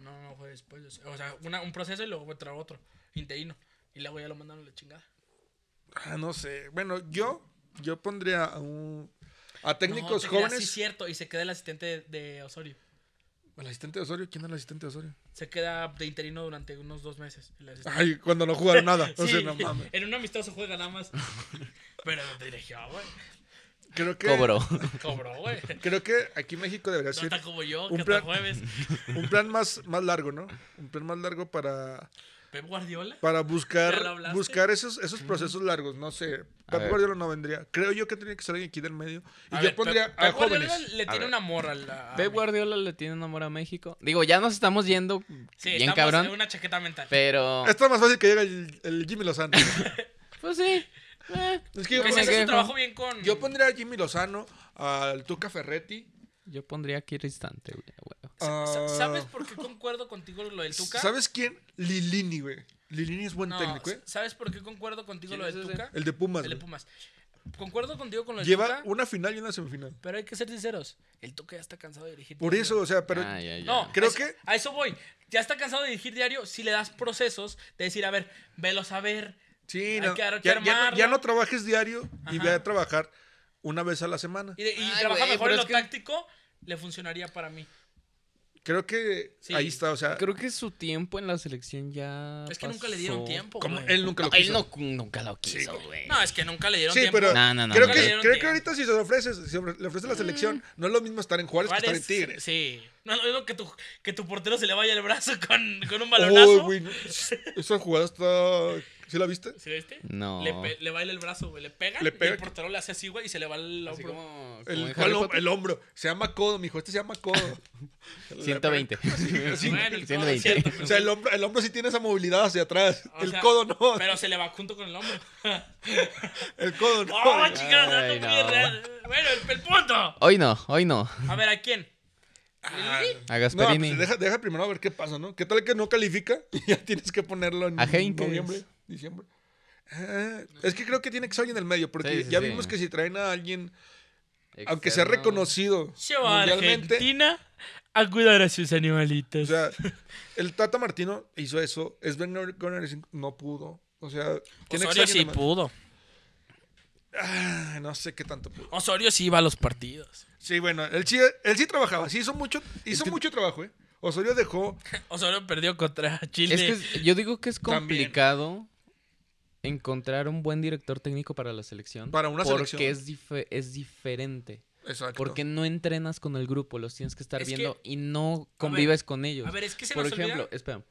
Speaker 3: No, no, fue después. de- O sea, una- un proceso y luego otra otro. Interino. Y luego ya lo mandaron a la chingada.
Speaker 2: Ah, no sé. Bueno, yo, yo pondría a un... A
Speaker 3: No,
Speaker 2: técnicos
Speaker 3: te creas,
Speaker 2: jóvenes...
Speaker 3: Sí, cierto. Y se queda el asistente de, de Osorio.
Speaker 2: ¿El asistente de Osorio? ¿Quién era el asistente de Osorio?
Speaker 3: Se queda de interino durante unos dos meses. el asistente.
Speaker 2: Ay, cuando no jugaron
Speaker 3: <laughs>
Speaker 2: nada. <laughs> O sea,
Speaker 3: Este. Sí,
Speaker 2: no mames.
Speaker 3: en un amistoso juega nada
Speaker 2: <laughs>
Speaker 3: más. Pero dirigió, güey.
Speaker 2: Creo que...
Speaker 1: Cobró.
Speaker 3: Cobró, güey.
Speaker 2: Creo que aquí México debería
Speaker 3: No
Speaker 2: ser
Speaker 3: está como yo,
Speaker 2: un
Speaker 3: que hasta
Speaker 2: plan- <laughs>
Speaker 3: jueves.
Speaker 2: un plan más, más largo, ¿no? Un plan más largo para,
Speaker 3: Pep Guardiola.
Speaker 2: para
Speaker 3: ¿Ya lo
Speaker 2: buscar,
Speaker 3: hablaste?
Speaker 2: buscar esos, esos procesos largos. No sé, Pep
Speaker 1: ver.
Speaker 2: Guardiola no vendría. Creo yo que tiene que ser alguien aquí del medio. Y
Speaker 3: A
Speaker 2: yo
Speaker 3: ver,
Speaker 2: pondría
Speaker 3: Pep-
Speaker 2: a
Speaker 3: Pep Guardiola
Speaker 2: jóvenes.
Speaker 3: Le tiene
Speaker 1: ver.
Speaker 3: una morra a
Speaker 2: Ah,
Speaker 3: la. a
Speaker 1: Pep Guardiola le tiene un amor a México. Digo, ya nos estamos yendo
Speaker 3: Sí,
Speaker 1: bien
Speaker 3: estamos
Speaker 1: cabrón.
Speaker 3: en una chaqueta mental.
Speaker 1: Pero.
Speaker 3: <laughs>
Speaker 2: Está más fácil que llegue el, el Jimmy Lozano.
Speaker 1: Pues sí.
Speaker 2: Es que yo,
Speaker 3: Ese
Speaker 1: me
Speaker 3: es
Speaker 1: quejo.
Speaker 3: su trabajo bien con.
Speaker 2: yo pondría a Jimmy Lozano, al Tuca Ferretti.
Speaker 1: Yo pondría aquí instante, güey. a huevo.
Speaker 3: Sa- sa-
Speaker 2: a-
Speaker 3: ¿Sabes por qué concuerdo contigo lo del Tuca?
Speaker 2: Ah, ¿Sabes quién? Lilini, güey. Lilini es buen
Speaker 3: No,
Speaker 2: técnico, ¿eh?
Speaker 3: sa- ¿Sabes por qué concuerdo contigo
Speaker 1: ¿Quién
Speaker 3: lo
Speaker 1: es
Speaker 3: del
Speaker 1: ese?
Speaker 3: Tuca?
Speaker 2: El de Pumas.
Speaker 3: El de
Speaker 2: güey.
Speaker 3: Pumas. Concuerdo contigo con lo del
Speaker 2: Lleva
Speaker 3: Tuca.
Speaker 2: una final y una semifinal.
Speaker 3: Pero hay que ser sinceros. El Tuca ya está cansado de dirigir.
Speaker 2: Por
Speaker 3: diario.
Speaker 2: eso, o sea, pero.
Speaker 1: Ah, ya, ya.
Speaker 3: No,
Speaker 2: Creo
Speaker 3: a eso-
Speaker 2: que-
Speaker 3: A eso voy. Ya está cansado de dirigir diario si le das procesos de decir, a ver, velos a ver.
Speaker 2: Sí,
Speaker 3: Hay
Speaker 2: no.
Speaker 3: que- hay que
Speaker 2: ya, ya no,
Speaker 3: armarlo.
Speaker 2: ya no trabajes diario y
Speaker 3: Ajá.
Speaker 2: ve a trabajar una vez a la semana.
Speaker 3: Y, de- y
Speaker 1: Ay,
Speaker 3: trabaja
Speaker 1: güey,
Speaker 3: mejor
Speaker 1: pero
Speaker 3: en lo
Speaker 1: es que-
Speaker 3: táctico, le funcionaría para mí.
Speaker 2: Creo que
Speaker 3: Sí.
Speaker 2: ahí está, o sea.
Speaker 1: Creo que su tiempo en la selección ya.
Speaker 3: Es que nunca le dieron
Speaker 1: pasó.
Speaker 3: tiempo.
Speaker 2: como
Speaker 3: güey.
Speaker 2: él nunca lo
Speaker 1: No, él
Speaker 2: quiso.
Speaker 1: no- nunca lo quiso, güey.
Speaker 3: No, es que nunca le dieron
Speaker 2: Sí,
Speaker 3: tiempo.
Speaker 2: pero
Speaker 1: No, no, no,
Speaker 2: creo,
Speaker 1: no,
Speaker 2: que,
Speaker 1: no.
Speaker 2: creo
Speaker 3: Tiempo. Mm.
Speaker 2: que ahorita si se lo ofreces, si se le ofrece la selección, no es lo mismo estar en Juárez, que
Speaker 3: Juárez,
Speaker 2: estar en Tigres.
Speaker 3: Sí. No es lo mismo que tu, que tu portero se le vaya el brazo con, con un
Speaker 2: Uy,
Speaker 3: <laughs> balonazo.
Speaker 2: güey, no. esa jugada está. ¿Sí la viste?
Speaker 3: ¿Sí viste?
Speaker 1: No.
Speaker 3: Le, pe- le baila el brazo, güey. Le pega,
Speaker 2: Le pega.
Speaker 3: y el portero le hace así, güey, y se le va el
Speaker 1: Así
Speaker 3: hombro.
Speaker 1: como- como
Speaker 2: El,
Speaker 1: en Harry
Speaker 2: el hom-
Speaker 1: Potter.
Speaker 2: el hombro. Se llama codo, mijo. Este se llama
Speaker 3: <laughs>
Speaker 2: codo.
Speaker 1: <laughs> 120.
Speaker 3: Bueno, el codo es
Speaker 1: 120.
Speaker 3: cierto,
Speaker 2: O
Speaker 3: pero-
Speaker 2: sea, el hombro, el hombro sí tiene esa movilidad hacia atrás.
Speaker 3: o
Speaker 2: el
Speaker 3: sea,
Speaker 2: codo no.
Speaker 3: Pero se le va junto con
Speaker 1: <laughs>
Speaker 3: el hombro.
Speaker 2: El codo no.
Speaker 3: ¡Oh, chicas!
Speaker 1: Ay,
Speaker 3: no.
Speaker 1: no.
Speaker 3: muy real. Bueno, el, el punto.
Speaker 1: Hoy no, hoy no.
Speaker 3: A ver, ¿a quién?
Speaker 2: Ah,
Speaker 1: A
Speaker 2: no,
Speaker 1: Gasperini.
Speaker 2: pues deja, deja primero a ver qué pasa, ¿no? ¿Qué tal que no califica? <laughs> Y ya tienes que ponerlo en
Speaker 1: A Heinkes.
Speaker 2: noviembre, diciembre. Ah, es que creo que tiene que ser alguien del medio, porque
Speaker 1: Sí, sí,
Speaker 2: ya
Speaker 1: sí.
Speaker 2: vimos que si traen a alguien, aunque sea
Speaker 1: Externo.
Speaker 2: reconocido
Speaker 3: Lleva a
Speaker 2: mundialmente,
Speaker 3: Argentina a cuidar a sus
Speaker 2: O
Speaker 3: animalitos.
Speaker 2: sea, el Tata Martino hizo eso. Sven Goran no pudo. O sea, tiene que
Speaker 3: Osorio
Speaker 2: ser
Speaker 3: sí
Speaker 2: alguien de-
Speaker 3: pudo.
Speaker 2: Ah, no sé qué tanto pudo.
Speaker 3: Osorio sí iba a los partidos. <laughs>
Speaker 2: Sí, bueno, él sí, él sí trabajaba. Sí hizo mucho, hizo mucho trabajo, ¿eh? Osorio dejó.
Speaker 3: Osorio perdió contra Chile.
Speaker 1: Es que es- yo digo que es
Speaker 2: También.
Speaker 1: complicado encontrar un buen director técnico para la selección.
Speaker 2: Para una
Speaker 1: porque
Speaker 2: selección.
Speaker 1: es, dife- es diferente.
Speaker 2: Exacto.
Speaker 1: Porque no entrenas con el grupo, los tienes que estar
Speaker 3: Es que-
Speaker 1: viendo y no convives con ellos.
Speaker 3: A ver, es que se
Speaker 1: Por
Speaker 3: nos
Speaker 1: ejemplo,
Speaker 3: olvida.
Speaker 1: espera.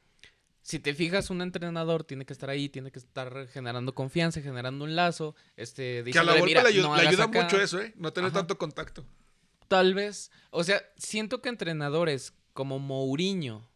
Speaker 1: Si te fijas, un entrenador tiene que estar ahí, tiene que estar generando confianza, generando un lazo, este,
Speaker 2: que a la
Speaker 1: diciéndole,
Speaker 2: golpe
Speaker 1: mira,
Speaker 2: le ayu-
Speaker 1: no
Speaker 2: le
Speaker 1: hagas
Speaker 2: ayuda
Speaker 1: acá".
Speaker 2: mucho eso, ¿eh? No tener
Speaker 1: Ajá.
Speaker 2: tanto contacto.
Speaker 1: Tal vez, o sea, siento que entrenadores como Mourinho,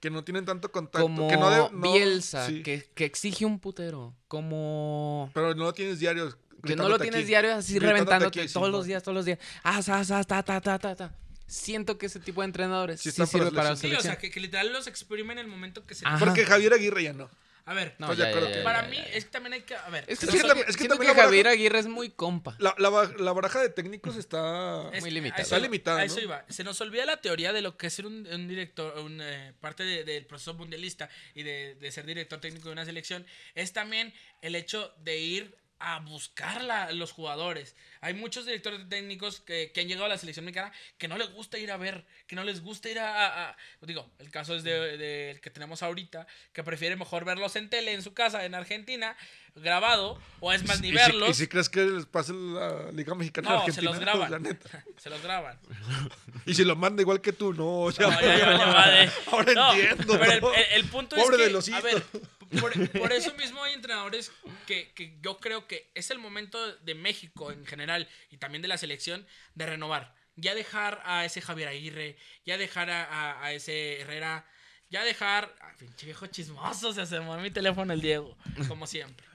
Speaker 2: Que no tienen tanto contacto.
Speaker 1: como
Speaker 2: que no de- no-
Speaker 1: Bielsa,
Speaker 2: sí,
Speaker 1: que, que exige un putero, como...
Speaker 2: Pero no lo tienes diario.
Speaker 1: Que no lo
Speaker 2: gritándote
Speaker 1: tienes
Speaker 2: aquí.
Speaker 1: diario así
Speaker 2: Gritándote
Speaker 1: reventándote
Speaker 2: aquí,
Speaker 1: todos
Speaker 2: Simón.
Speaker 1: los días, todos los días. Ah, sa, sa, ta, ta, ta, ta, ta. Siento que ese tipo de entrenadores
Speaker 2: Sí
Speaker 1: sí,
Speaker 2: está para
Speaker 1: sirve para la
Speaker 3: Sí, o
Speaker 1: selección.
Speaker 3: sea, que, que literal los exprime en el momento que se...
Speaker 1: Ajá.
Speaker 2: Porque Javier Aguirre ya no.
Speaker 3: A ver,
Speaker 1: No,
Speaker 2: estoy de
Speaker 1: ya,
Speaker 2: acuerdo
Speaker 1: ya,
Speaker 2: que-
Speaker 1: ya,
Speaker 3: para
Speaker 1: ya,
Speaker 3: mí
Speaker 1: ya.
Speaker 3: es que también hay que... A ver,
Speaker 1: Es que,
Speaker 2: Es
Speaker 1: siento
Speaker 2: que
Speaker 1: que,
Speaker 2: tam- es que
Speaker 1: siento
Speaker 2: también
Speaker 1: que
Speaker 2: la baraja-
Speaker 1: Javier Aguirre es muy compa.
Speaker 2: La, la ba- la baraja de técnicos está.
Speaker 3: es-
Speaker 1: muy limitado.
Speaker 3: a eso-
Speaker 2: Está limitado,
Speaker 3: A eso
Speaker 2: ¿no?
Speaker 3: iba. Se nos olvida la teoría de lo que es ser un, un director, un, eh, parte de- del proceso mundialista y de, de ser director técnico de una selección. Es también el hecho de ir a buscar la- los jugadores. Hay muchos directores técnicos que, que han llegado a la selección mexicana que no les gusta ir a ver, que no les gusta ir a... a- a- digo, el caso es del de, el que tenemos ahorita, que prefiere mejor verlos en tele, en su casa, en Argentina, grabado, o es más, ni
Speaker 2: ¿Y si-
Speaker 3: verlos.
Speaker 2: ¿Y <laughs> si crees que les pase la Liga Mexicana a
Speaker 3: No, se
Speaker 2: Argentina?
Speaker 3: los
Speaker 2: Pues, la
Speaker 3: graban.
Speaker 2: neta.
Speaker 3: Se los graban.
Speaker 2: Y si lo manda igual que tú, no. Ya, <laughs>
Speaker 3: No, ya, ya, ya va de-
Speaker 2: Ahora
Speaker 3: No,
Speaker 2: entiendo.
Speaker 3: Pero el,
Speaker 2: ¿no?
Speaker 3: el- el punto
Speaker 2: Pobre
Speaker 3: es que,
Speaker 2: de los
Speaker 3: a ver, por,
Speaker 2: <laughs>
Speaker 3: por eso mismo hay entrenadores que, que yo creo que es el momento de México en general y también de la selección de renovar. Ya dejar a ese Javier Aguirre, ya dejar a, a- a ese Herrera, ya dejar... Ay, pinche viejo chismoso, se asomó a mi teléfono el Diego, como siempre.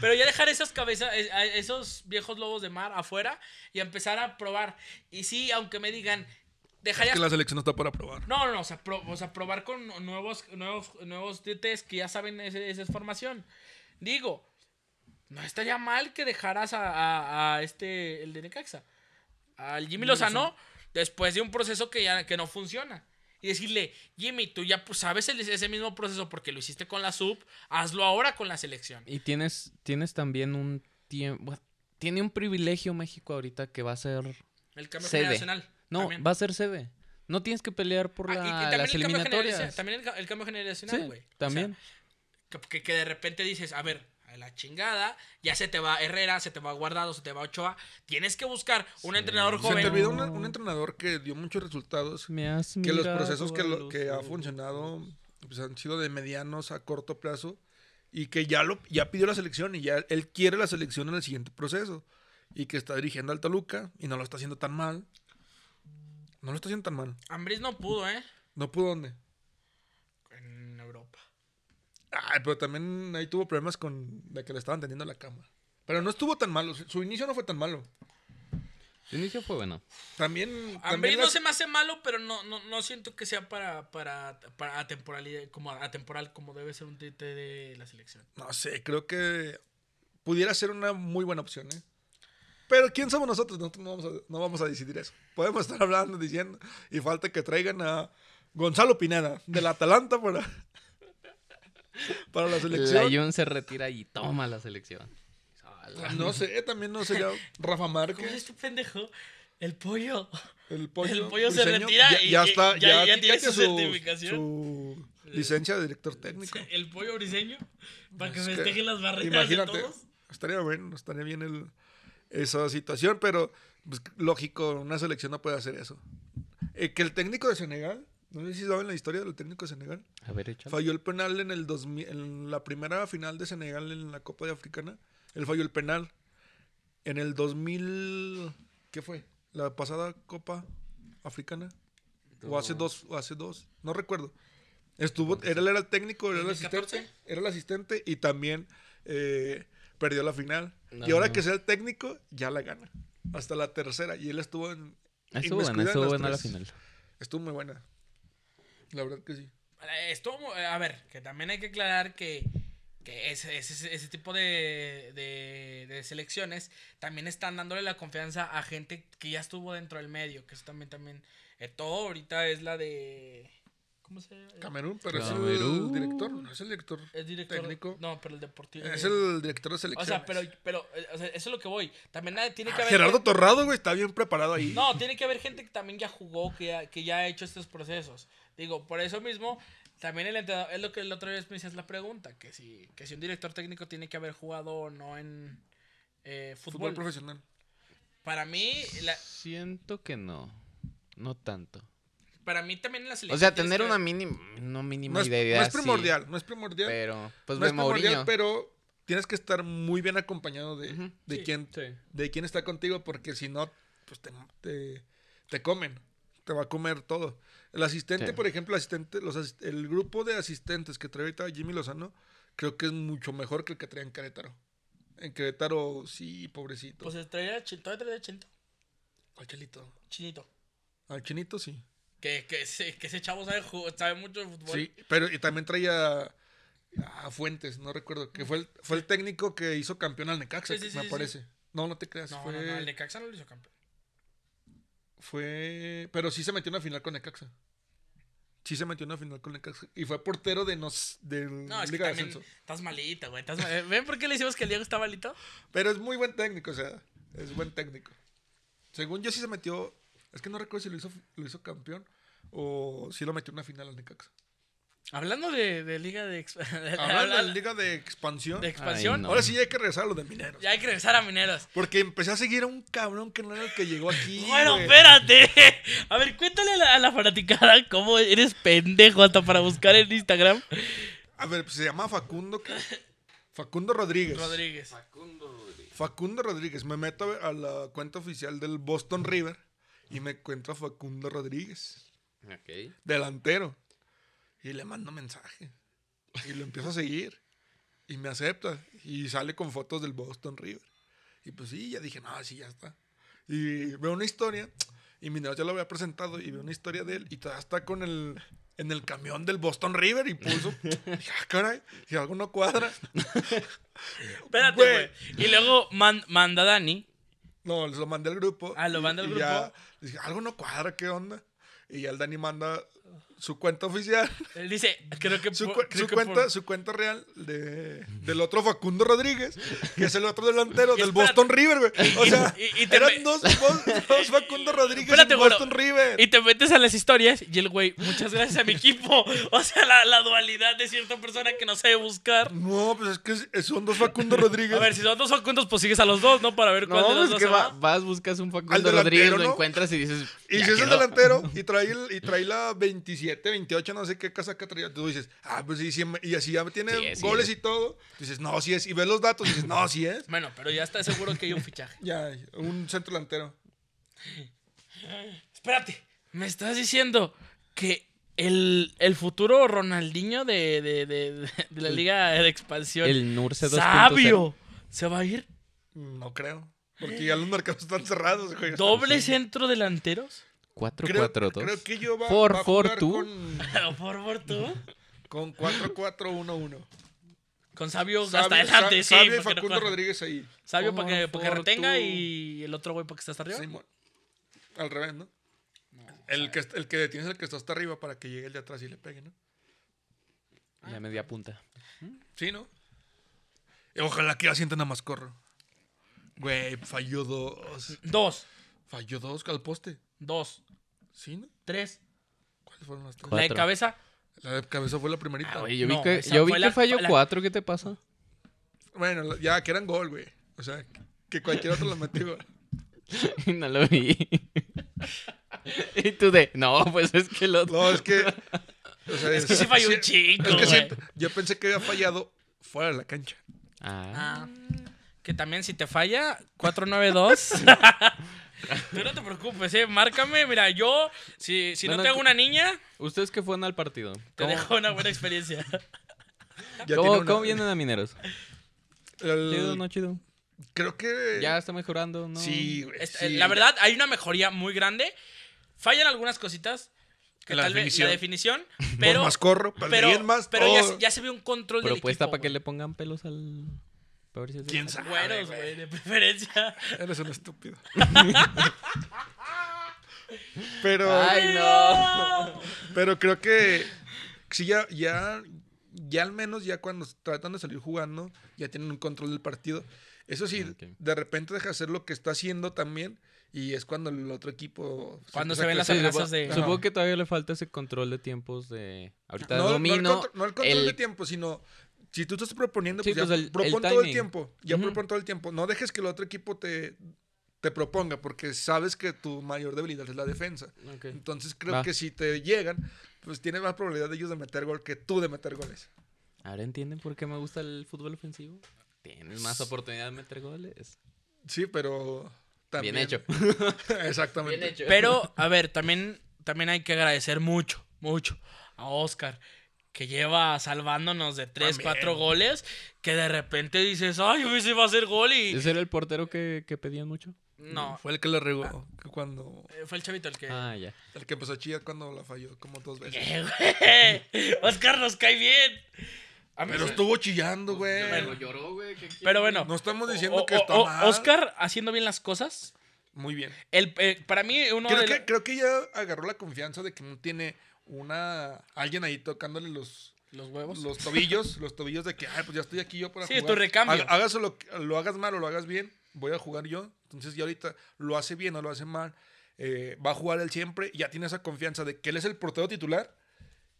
Speaker 3: Pero ya dejar esas cabezas, es- a esos viejos lobos de mar afuera y empezar a probar. Y sí, aunque me digan,
Speaker 2: Es
Speaker 3: dejaría
Speaker 2: que la selección no está para probar.
Speaker 3: no, no, no, o sea, pro- o sea, probar con nuevos, nuevos, nuevos DTs que ya saben ese- esa formación. Digo, no estaría mal que dejaras a, a- a este, el de Necaxa, al Jimmy Lozano, después de un proceso que ya que no funciona. Y decirle, Jimmy, tú ya pues, sabes el- ese mismo proceso porque lo hiciste con la sub, hazlo ahora con la selección.
Speaker 1: Y tienes, tienes también un tiempo. Tiene un privilegio México ahorita que va a ser.
Speaker 3: El cambio
Speaker 1: Sede.
Speaker 3: generacional.
Speaker 1: No,
Speaker 3: también.
Speaker 1: va a ser sede. No tienes que pelear por
Speaker 3: Ah, y- y
Speaker 1: la-
Speaker 3: también el
Speaker 1: las
Speaker 3: cambio generacional-
Speaker 1: eliminatorias.
Speaker 3: También el, ca- el cambio
Speaker 1: Sí,
Speaker 3: generacional, güey. O sea,
Speaker 1: también.
Speaker 3: que, que- que de repente dices, a ver, a la chingada, ya se te va Herrera, se te va Guardado, se te va Ochoa. Tienes que buscar un
Speaker 1: Sí.
Speaker 3: entrenador
Speaker 1: Se
Speaker 2: Se te
Speaker 3: joven.
Speaker 2: olvidó una- un entrenador que dio muchos resultados.
Speaker 1: Me has
Speaker 2: Que los
Speaker 1: mirado
Speaker 2: procesos que,
Speaker 1: a
Speaker 2: lo-
Speaker 1: los
Speaker 2: que ha
Speaker 1: ojos.
Speaker 2: funcionado pues, han sido de medianos a corto plazo. Y que ya, lo, ya pidió la selección y ya él quiere la selección en el siguiente proceso. Y que está dirigiendo al Toluca y no lo está haciendo tan mal. No lo está haciendo tan mal.
Speaker 3: Ambriz no pudo, ¿eh?
Speaker 2: No pudo dónde.
Speaker 3: En Europa.
Speaker 2: Ay, pero también ahí tuvo problemas con de que le estaban tendiendo la cama. Pero no estuvo tan malo. Su su inicio no fue tan malo.
Speaker 1: Su inicio fue bueno.
Speaker 2: También.
Speaker 3: A mí
Speaker 2: también
Speaker 3: no
Speaker 2: las-
Speaker 3: se me hace malo, pero no, no, no siento que sea para, para, para atemporalidad, como atemporal, como debe ser un TT de la selección.
Speaker 2: No sé, creo que pudiera ser una muy buena opción, ¿eh? Pero ¿quién somos nosotros? Nosotros no vamos a, no vamos a decidir eso. Podemos estar hablando, diciendo, y falta que traigan a Gonzalo Pineda, del Atalanta, para, para la
Speaker 1: La
Speaker 2: selección.
Speaker 1: Jun se retira y toma la selección. Ala.
Speaker 2: No sé, también no sería Rafa
Speaker 3: ¿Cómo es
Speaker 2: Márquez,
Speaker 3: este pendejo? El pollo.
Speaker 2: el pollo.
Speaker 3: El pollo se
Speaker 2: Briseño.
Speaker 3: retira
Speaker 2: Ya,
Speaker 3: y-
Speaker 2: ya
Speaker 3: y-
Speaker 2: está,
Speaker 3: ya-
Speaker 2: ya,
Speaker 3: ya tiene
Speaker 2: quítate
Speaker 3: su
Speaker 2: su,
Speaker 3: certificación.
Speaker 2: su licencia de director técnico.
Speaker 3: <laughs> El pollo briseño. Para que
Speaker 2: Es que,
Speaker 3: festejen las barritas de
Speaker 2: Imagínate,
Speaker 3: todos.
Speaker 2: estaría bueno, estaría bien el- esa situación, pero pues, lógico, una selección no puede hacer eso. Eh, que el técnico de Senegal, no sé si saben la historia del técnico de Senegal,
Speaker 1: A ver, échale.
Speaker 2: falló el penal en, el 2000, en la primera final de Senegal en la Copa de Africana. Él falló el penal en el 2000, ¿qué fue? La pasada Copa Africana. O hace dos, o hace dos, no recuerdo. Estuvo, era- él era el técnico, era el asistente,
Speaker 3: 2014.
Speaker 2: era el asistente y también eh, perdió la final.
Speaker 1: No.
Speaker 2: Y ahora que sea el técnico, ya la gana. Hasta la tercera. Y él estuvo en.
Speaker 1: Estuvo
Speaker 2: inmiscuido
Speaker 1: buena,
Speaker 2: en
Speaker 1: estuvo
Speaker 2: las
Speaker 1: buena la
Speaker 2: tres.
Speaker 1: final.
Speaker 2: Estuvo muy buena. La verdad que sí.
Speaker 3: Eh, Estuvo, mu- eh, a ver, que también hay que aclarar que, que ese, ese- ese tipo de, de- de selecciones también están dándole la confianza a gente que ya estuvo dentro del medio, que eso también, también, eh, todo ahorita es la de, ¿cómo se llama?
Speaker 2: Camerún, pero es el
Speaker 1: Camerún.
Speaker 2: director, no es el director.
Speaker 3: Es director,
Speaker 2: técnico.
Speaker 3: no, pero el deportivo.
Speaker 2: Es el director de
Speaker 3: Eh, o
Speaker 2: selección.
Speaker 3: sea, pero, pero, eh, o sea, eso es lo que voy, también eh, tiene que haber...
Speaker 2: Ah, Gerardo Torrado, güey, está bien preparado ahí.
Speaker 3: No, tiene que haber gente que también ya jugó, que ya, que ya ha hecho estos procesos. Digo, por eso mismo, también el entrenador, es lo que el otro día me hacías la pregunta, que si, que si un director técnico tiene que haber jugado o no en eh,
Speaker 2: Fútbol
Speaker 3: fútbol.
Speaker 2: profesional.
Speaker 3: para mí, la-
Speaker 1: Siento que no. No tanto.
Speaker 3: para mí también en la
Speaker 1: O
Speaker 3: selección.
Speaker 1: sea,
Speaker 3: tienes
Speaker 1: tener
Speaker 3: que
Speaker 1: una
Speaker 3: ver-
Speaker 1: mínima, no mínima
Speaker 2: No es, no
Speaker 1: idea.
Speaker 2: es primordial, no es primordial.
Speaker 1: pero, pues,
Speaker 2: no
Speaker 1: de
Speaker 2: es primordial,
Speaker 1: Mourinho.
Speaker 2: pero tienes que estar muy bien acompañado de,
Speaker 1: Ujú.
Speaker 2: de
Speaker 3: Sí,
Speaker 2: quién,
Speaker 1: sí.
Speaker 2: de quién está contigo, porque si no, pues te, te- te comen, te va a comer todo. El asistente,
Speaker 1: Sí.
Speaker 2: por ejemplo, el asistente, los asist- el grupo de asistentes que trae ahorita Jimmy Lozano, creo que es mucho mejor que el que trae en Querétaro. En Querétaro, sí, pobrecito.
Speaker 3: Pues eh, traía, chi- todavía traía chinito.
Speaker 2: al Chelito.
Speaker 3: chinito.
Speaker 2: Al Chinito, sí.
Speaker 3: Que, que, ese, que ese chavo sabe, ju- sabe mucho de fútbol.
Speaker 2: Sí, pero y también traía a Fuentes, no recuerdo, que fue el, fue el técnico que hizo campeón al Necaxa,
Speaker 3: Sí, sí, sí,
Speaker 2: me
Speaker 3: sí,
Speaker 2: parece. No, no te creas.
Speaker 3: No,
Speaker 2: fue...
Speaker 3: no, no, el de Caxa no lo hizo campeón.
Speaker 2: Fue. Pero sí se metió en la final con Necaxa. Sí se metió en la final con Necaxa. Y fue portero de nos, del
Speaker 3: No, es que
Speaker 2: Liga de
Speaker 3: también
Speaker 2: Ascenso.
Speaker 3: estás malito, güey. estás mal- ¿Ven por qué le decimos que el Diego está malito?
Speaker 2: Pero es muy buen técnico, o sea, es buen técnico. Según yo sí se metió. Es que no recuerdo si lo hizo, lo hizo campeón o si lo metió en una final al Necaxa.
Speaker 3: Hablando de, de Liga de, <laughs> Ex-
Speaker 2: Hablando de la Liga de Expansión.
Speaker 3: de Expansión,
Speaker 1: no.
Speaker 2: Ahora sí hay que regresar a lo de Mineros.
Speaker 3: ya hay que regresar a Mineros.
Speaker 2: Porque empecé a seguir a un cabrón que no era el que llegó aquí.
Speaker 3: <laughs> Bueno,
Speaker 2: güey.
Speaker 3: espérate. <laughs> A ver, cuéntale a la, a la fanaticada cómo eres pendejo hasta para buscar en Instagram.
Speaker 2: A ver, pues, se llama Facundo. ¿qué? Facundo Rodríguez.
Speaker 3: Rodríguez.
Speaker 2: Facundo Rodríguez. Me meto a ver- a la cuenta oficial del Boston River y me encuentro a Facundo Rodríguez,
Speaker 1: Ok.
Speaker 2: delantero. Y le mando mensaje. Y lo empiezo a seguir. Y me acepta. Y sale con fotos del Boston River. Y pues sí, ya dije, no, sí, ya está. Y veo una historia. Y mira, ya lo había presentado. Y veo una historia de él. Y todavía está con el. En el camión del Boston River y puso. Dije, ah, caray, si algo no cuadra.
Speaker 3: Espérate,
Speaker 2: Güey.
Speaker 3: güey. Y luego man- manda a Dani.
Speaker 2: No, les lo mandé al grupo.
Speaker 3: Ah, ¿lo
Speaker 2: y-
Speaker 3: manda al
Speaker 2: y
Speaker 3: grupo?
Speaker 2: ya, les dije, algo no cuadra, ¿qué onda? Y ya el Dani manda su cuenta
Speaker 3: <laughs>
Speaker 2: oficial,
Speaker 3: Él dice, creo que.
Speaker 2: su,
Speaker 3: por-
Speaker 2: cu-
Speaker 3: creo
Speaker 2: su
Speaker 3: que
Speaker 2: cuenta,
Speaker 3: por-
Speaker 2: su cuenta real de, del otro Facundo Rodríguez, que es el otro
Speaker 3: <laughs>
Speaker 2: delantero
Speaker 3: Y
Speaker 2: del
Speaker 3: espérate.
Speaker 2: Boston River, güey. O
Speaker 3: Y-
Speaker 2: sea,
Speaker 3: y- y te
Speaker 2: eran
Speaker 3: me-
Speaker 2: dos, Bos- dos
Speaker 3: <laughs>
Speaker 2: Facundo Rodríguez
Speaker 3: Espérate,
Speaker 2: y un
Speaker 3: bueno.
Speaker 2: Boston River.
Speaker 3: Y te metes a las historias y el güey, muchas gracias a mi equipo. <laughs> O sea, la, la dualidad de cierta persona que no sabe buscar.
Speaker 2: No, pues es que es- son dos Facundo Rodríguez.
Speaker 3: <laughs> A ver, si son dos juntos, pues sigues a los dos, ¿no? Para ver cuál de
Speaker 1: No,
Speaker 3: los
Speaker 1: es
Speaker 3: dos
Speaker 1: que
Speaker 3: se
Speaker 1: va-
Speaker 3: va.
Speaker 1: vas, buscas un
Speaker 2: Al
Speaker 1: Facundo
Speaker 2: delantero,
Speaker 1: Rodríguez, lo
Speaker 2: ¿no?
Speaker 1: encuentras y dices.
Speaker 2: Y
Speaker 1: "Ya
Speaker 2: si es el
Speaker 1: quedó".
Speaker 2: delantero y trae, el- y trae la 27, 28, no sé qué casaca traía, tú dices, ah, pues sí, sí, y así ya tiene
Speaker 1: Sí es, sí
Speaker 2: goles
Speaker 1: es.
Speaker 2: y todo. Dices, no, sí es. Y ves los datos y dices, no, sí
Speaker 3: <laughs>
Speaker 2: es.
Speaker 3: Bueno, pero ya está seguro que hay un fichaje.
Speaker 2: Ya, un centro delantero.
Speaker 3: Espérate, me estás diciendo que el, el futuro Ronaldinho de, de- de- de- de la Liga de Expansión.
Speaker 1: El Nurse 2.0.
Speaker 3: sabio. Se va a ir
Speaker 2: No creo. Porque ya los mercados están cerrados, güey.
Speaker 3: doble centro delanteros.
Speaker 2: Creo,
Speaker 1: 4-4-2.
Speaker 2: creo que yo va,
Speaker 1: For-
Speaker 2: va a
Speaker 1: for
Speaker 2: jugar
Speaker 1: two.
Speaker 2: con,
Speaker 3: Por favor, tú.
Speaker 2: con 4-4-1-1.
Speaker 3: Con Sabio,
Speaker 2: Sabio-
Speaker 3: hasta adelante,
Speaker 2: Sa-
Speaker 3: sí.
Speaker 2: Sabio y
Speaker 3: porque no
Speaker 2: Facundo
Speaker 3: juega.
Speaker 2: Rodríguez ahí.
Speaker 3: Sabio para que,
Speaker 1: Por
Speaker 3: para que
Speaker 1: favor,
Speaker 3: retenga
Speaker 1: tú.
Speaker 3: y el otro güey para que está hasta arriba.
Speaker 2: Simón. Al revés, ¿no? el, que, el que detiene es el que está hasta arriba para que llegue el de atrás y le pegue, ¿no?
Speaker 1: Ya me di a punta.
Speaker 2: Sí, ¿no? Y ojalá que asienten a Mascorro. Güey, falló dos.
Speaker 3: Dos,
Speaker 2: Falló dos al poste.
Speaker 3: dos,
Speaker 2: ¿Sí, no?
Speaker 3: tres.
Speaker 2: ¿Cuáles fueron las tres?
Speaker 1: Cuatro.
Speaker 3: La de cabeza.
Speaker 2: La de cabeza fue la primerita.
Speaker 3: Ah,
Speaker 1: Oye, yo
Speaker 3: No,
Speaker 1: vi que,
Speaker 3: esa
Speaker 1: yo vi
Speaker 3: fue
Speaker 1: que
Speaker 3: la-
Speaker 1: falló
Speaker 3: fue la-
Speaker 1: 4. ¿Qué te <laughs> pasa?
Speaker 2: Bueno, la- ya, que eran gol, güey. O sea, que cualquier otro la metió.
Speaker 1: no lo vi. <laughs> y tú de. No, pues es que el otro.
Speaker 2: No, es que. o sea,
Speaker 3: Es que sí falló un chico,
Speaker 2: Es que sí,
Speaker 3: güey.
Speaker 2: yo pensé que había fallado fuera de la cancha.
Speaker 1: Ah.
Speaker 3: Ah, que también si te falla, 492. Tú no te preocupes, eh. Márcame. Mira, yo, si, si no,
Speaker 1: No, no,
Speaker 3: te hago
Speaker 1: tú-
Speaker 3: una niña,
Speaker 1: ¿Ustedes que fueron al partido?
Speaker 3: te
Speaker 1: ¿Cómo,
Speaker 3: dejo una buena experiencia.
Speaker 2: Ya
Speaker 1: cómo-
Speaker 2: tiene una-
Speaker 1: cómo vienen a
Speaker 2: <laughs>
Speaker 1: Mineros?
Speaker 2: el-
Speaker 1: ¿Chido no chido?
Speaker 2: Creo que.
Speaker 1: Ya está mejorando, ¿no?
Speaker 2: Eh, Sí, güey.
Speaker 3: Esta-
Speaker 2: sí.
Speaker 3: Este, La verdad, hay una mejoría muy grande. Fallan algunas cositas. Que
Speaker 2: La
Speaker 3: tal vez la definición. Pero,
Speaker 2: Por Mascorro, para
Speaker 3: pero,
Speaker 2: alguien más. Oh.
Speaker 3: pero ya,
Speaker 2: todo.
Speaker 3: se- ya se ve un control del
Speaker 1: Propuesta
Speaker 3: equipo,
Speaker 1: para que
Speaker 3: güey.
Speaker 1: le pongan pelos al. para ver si es-
Speaker 2: ¿Quién sabe?
Speaker 3: Güeros,
Speaker 2: güey?
Speaker 3: güey, de preferencia.
Speaker 2: Eres un estúpido. <laughs> pero,
Speaker 3: <laughs>
Speaker 1: Ay, no.
Speaker 2: pero creo que sí, ya, ya, ya al menos ya cuando tratan de salir jugando, ya tienen un control del partido. Eso sí,
Speaker 1: Ok.
Speaker 2: de repente deja de hacer lo que está haciendo también y es cuando el otro equipo... empieza
Speaker 3: Cuando se
Speaker 2: a
Speaker 3: ven las
Speaker 2: crecer.
Speaker 3: amenazas de-
Speaker 2: Ajá.
Speaker 1: Supongo que todavía le falta ese control de tiempos de. Ahorita
Speaker 2: No, no,
Speaker 1: domino.
Speaker 2: el contro- no el control
Speaker 1: el-
Speaker 2: de tiempo, sino... Si tú estás proponiendo,
Speaker 1: Sí,
Speaker 2: pues, ya
Speaker 1: pues, el- el
Speaker 2: propon todo el
Speaker 1: timing.
Speaker 2: tiempo. Ya
Speaker 1: Ujú.
Speaker 2: propon todo el tiempo. No dejes que el otro equipo te, te proponga, porque sabes que tu mayor debilidad es la defensa.
Speaker 1: Ok.
Speaker 2: Entonces creo
Speaker 1: Va.
Speaker 2: que si te llegan, pues tienes más probabilidad de ellos de meter gol que tú de meter goles.
Speaker 1: Ahora entienden por qué me gusta el fútbol ofensivo. Tienes más oportunidad de meter goles.
Speaker 2: Sí, pero también.
Speaker 1: Bien hecho.
Speaker 2: <laughs> Exactamente.
Speaker 1: <laughs>
Speaker 3: Pero, a ver, también, también hay que agradecer mucho, mucho a Oscar, que lleva salvándonos de 3,
Speaker 2: También.
Speaker 3: 4 goles, que de repente dices, ay, hoy se va a hacer gol y...
Speaker 1: ¿Ese era el portero que, que pedían mucho?
Speaker 3: No,
Speaker 2: Fue el que le regó que cuando.
Speaker 3: eh, fue el chavito el que...
Speaker 1: Ah, ya.
Speaker 2: El que empezó a chillar cuando la falló como dos veces.
Speaker 3: <laughs> Eh, güey, Oscar nos cae bien. A mí-
Speaker 2: Pero estuvo chillando, güey.
Speaker 1: lloró, güey.
Speaker 3: Eh. Pero bueno,
Speaker 2: No estamos
Speaker 3: o-
Speaker 2: diciendo
Speaker 3: o-
Speaker 2: que está
Speaker 3: o-
Speaker 2: mal.
Speaker 3: Oscar haciendo bien las cosas.
Speaker 2: Muy bien.
Speaker 3: El, eh, para mí, uno
Speaker 2: Creo
Speaker 3: de
Speaker 2: que,
Speaker 3: los-
Speaker 2: creo que ya agarró la confianza de que no tiene una. Alguien ahí tocándole los.
Speaker 3: los huevos.
Speaker 2: Los tobillos, <laughs> los tobillos de que, ay, pues ya estoy aquí yo para
Speaker 3: Sí,
Speaker 2: jugar.
Speaker 3: tu recambio.
Speaker 2: Há- Hagas lo, que- lo hagas mal o lo hagas bien, voy a jugar yo. Entonces ya ahorita lo hace bien o lo hace mal, eh, va a jugar él siempre. Ya tiene esa confianza de que él es el portero titular